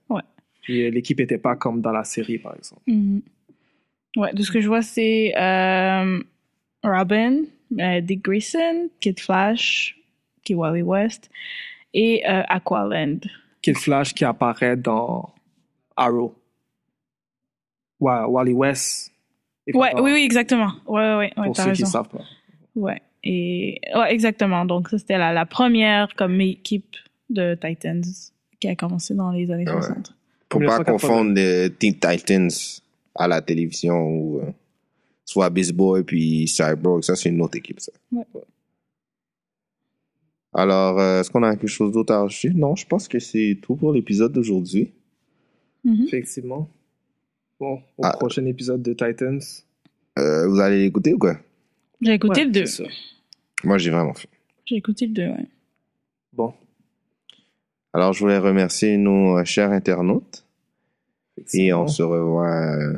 S4: Puis euh, l'équipe était pas comme dans la série, par exemple.
S3: Mhm. Ouais, de ce que je vois, c'est euh, Robin, euh, Dick Grayson, Kid Flash, Kid Wally West et euh, Aqualand.
S4: Kid Flash qui apparaît dans Arrow. Wa- Wally West. Et
S3: Ouais,
S4: pas-
S3: oui, oui, exactement. Ouais, ouais, ouais, ouais,
S4: Pour
S3: t'as
S4: ceux qui
S3: raison.
S4: ne savent pas.
S3: Ouais, et ouais, exactement. Donc ça c'était la, la première comme équipe de Titans qui a commencé dans les années
S5: Ouais.
S4: Ah
S3: 60.
S5: Pour pas
S4: 1980.
S5: confondre les Teen Titans à la télévision ou euh, soit Baseball puis Cyborg, ça c'est une autre équipe ça.
S3: Ouais.
S5: Alors, euh, est-ce qu'on a quelque chose d'autre à rajouter? Non, je pense que c'est tout pour l'épisode d'aujourd'hui.
S3: Mhm.
S4: Effectivement. Bon, au
S5: Ah.
S4: prochain épisode de Titans.
S5: Euh, vous allez l'écouter ou quoi?
S3: J'ai écouté
S4: Ouais,
S3: le 2.
S4: c'est ça.
S5: Moi, j'ai vraiment fait.
S3: J'ai écouté le 2, ouais.
S4: Bon,
S5: Alors, je voulais remercier nos euh, chers internautes et
S4: effectivement.
S5: on se revoit euh,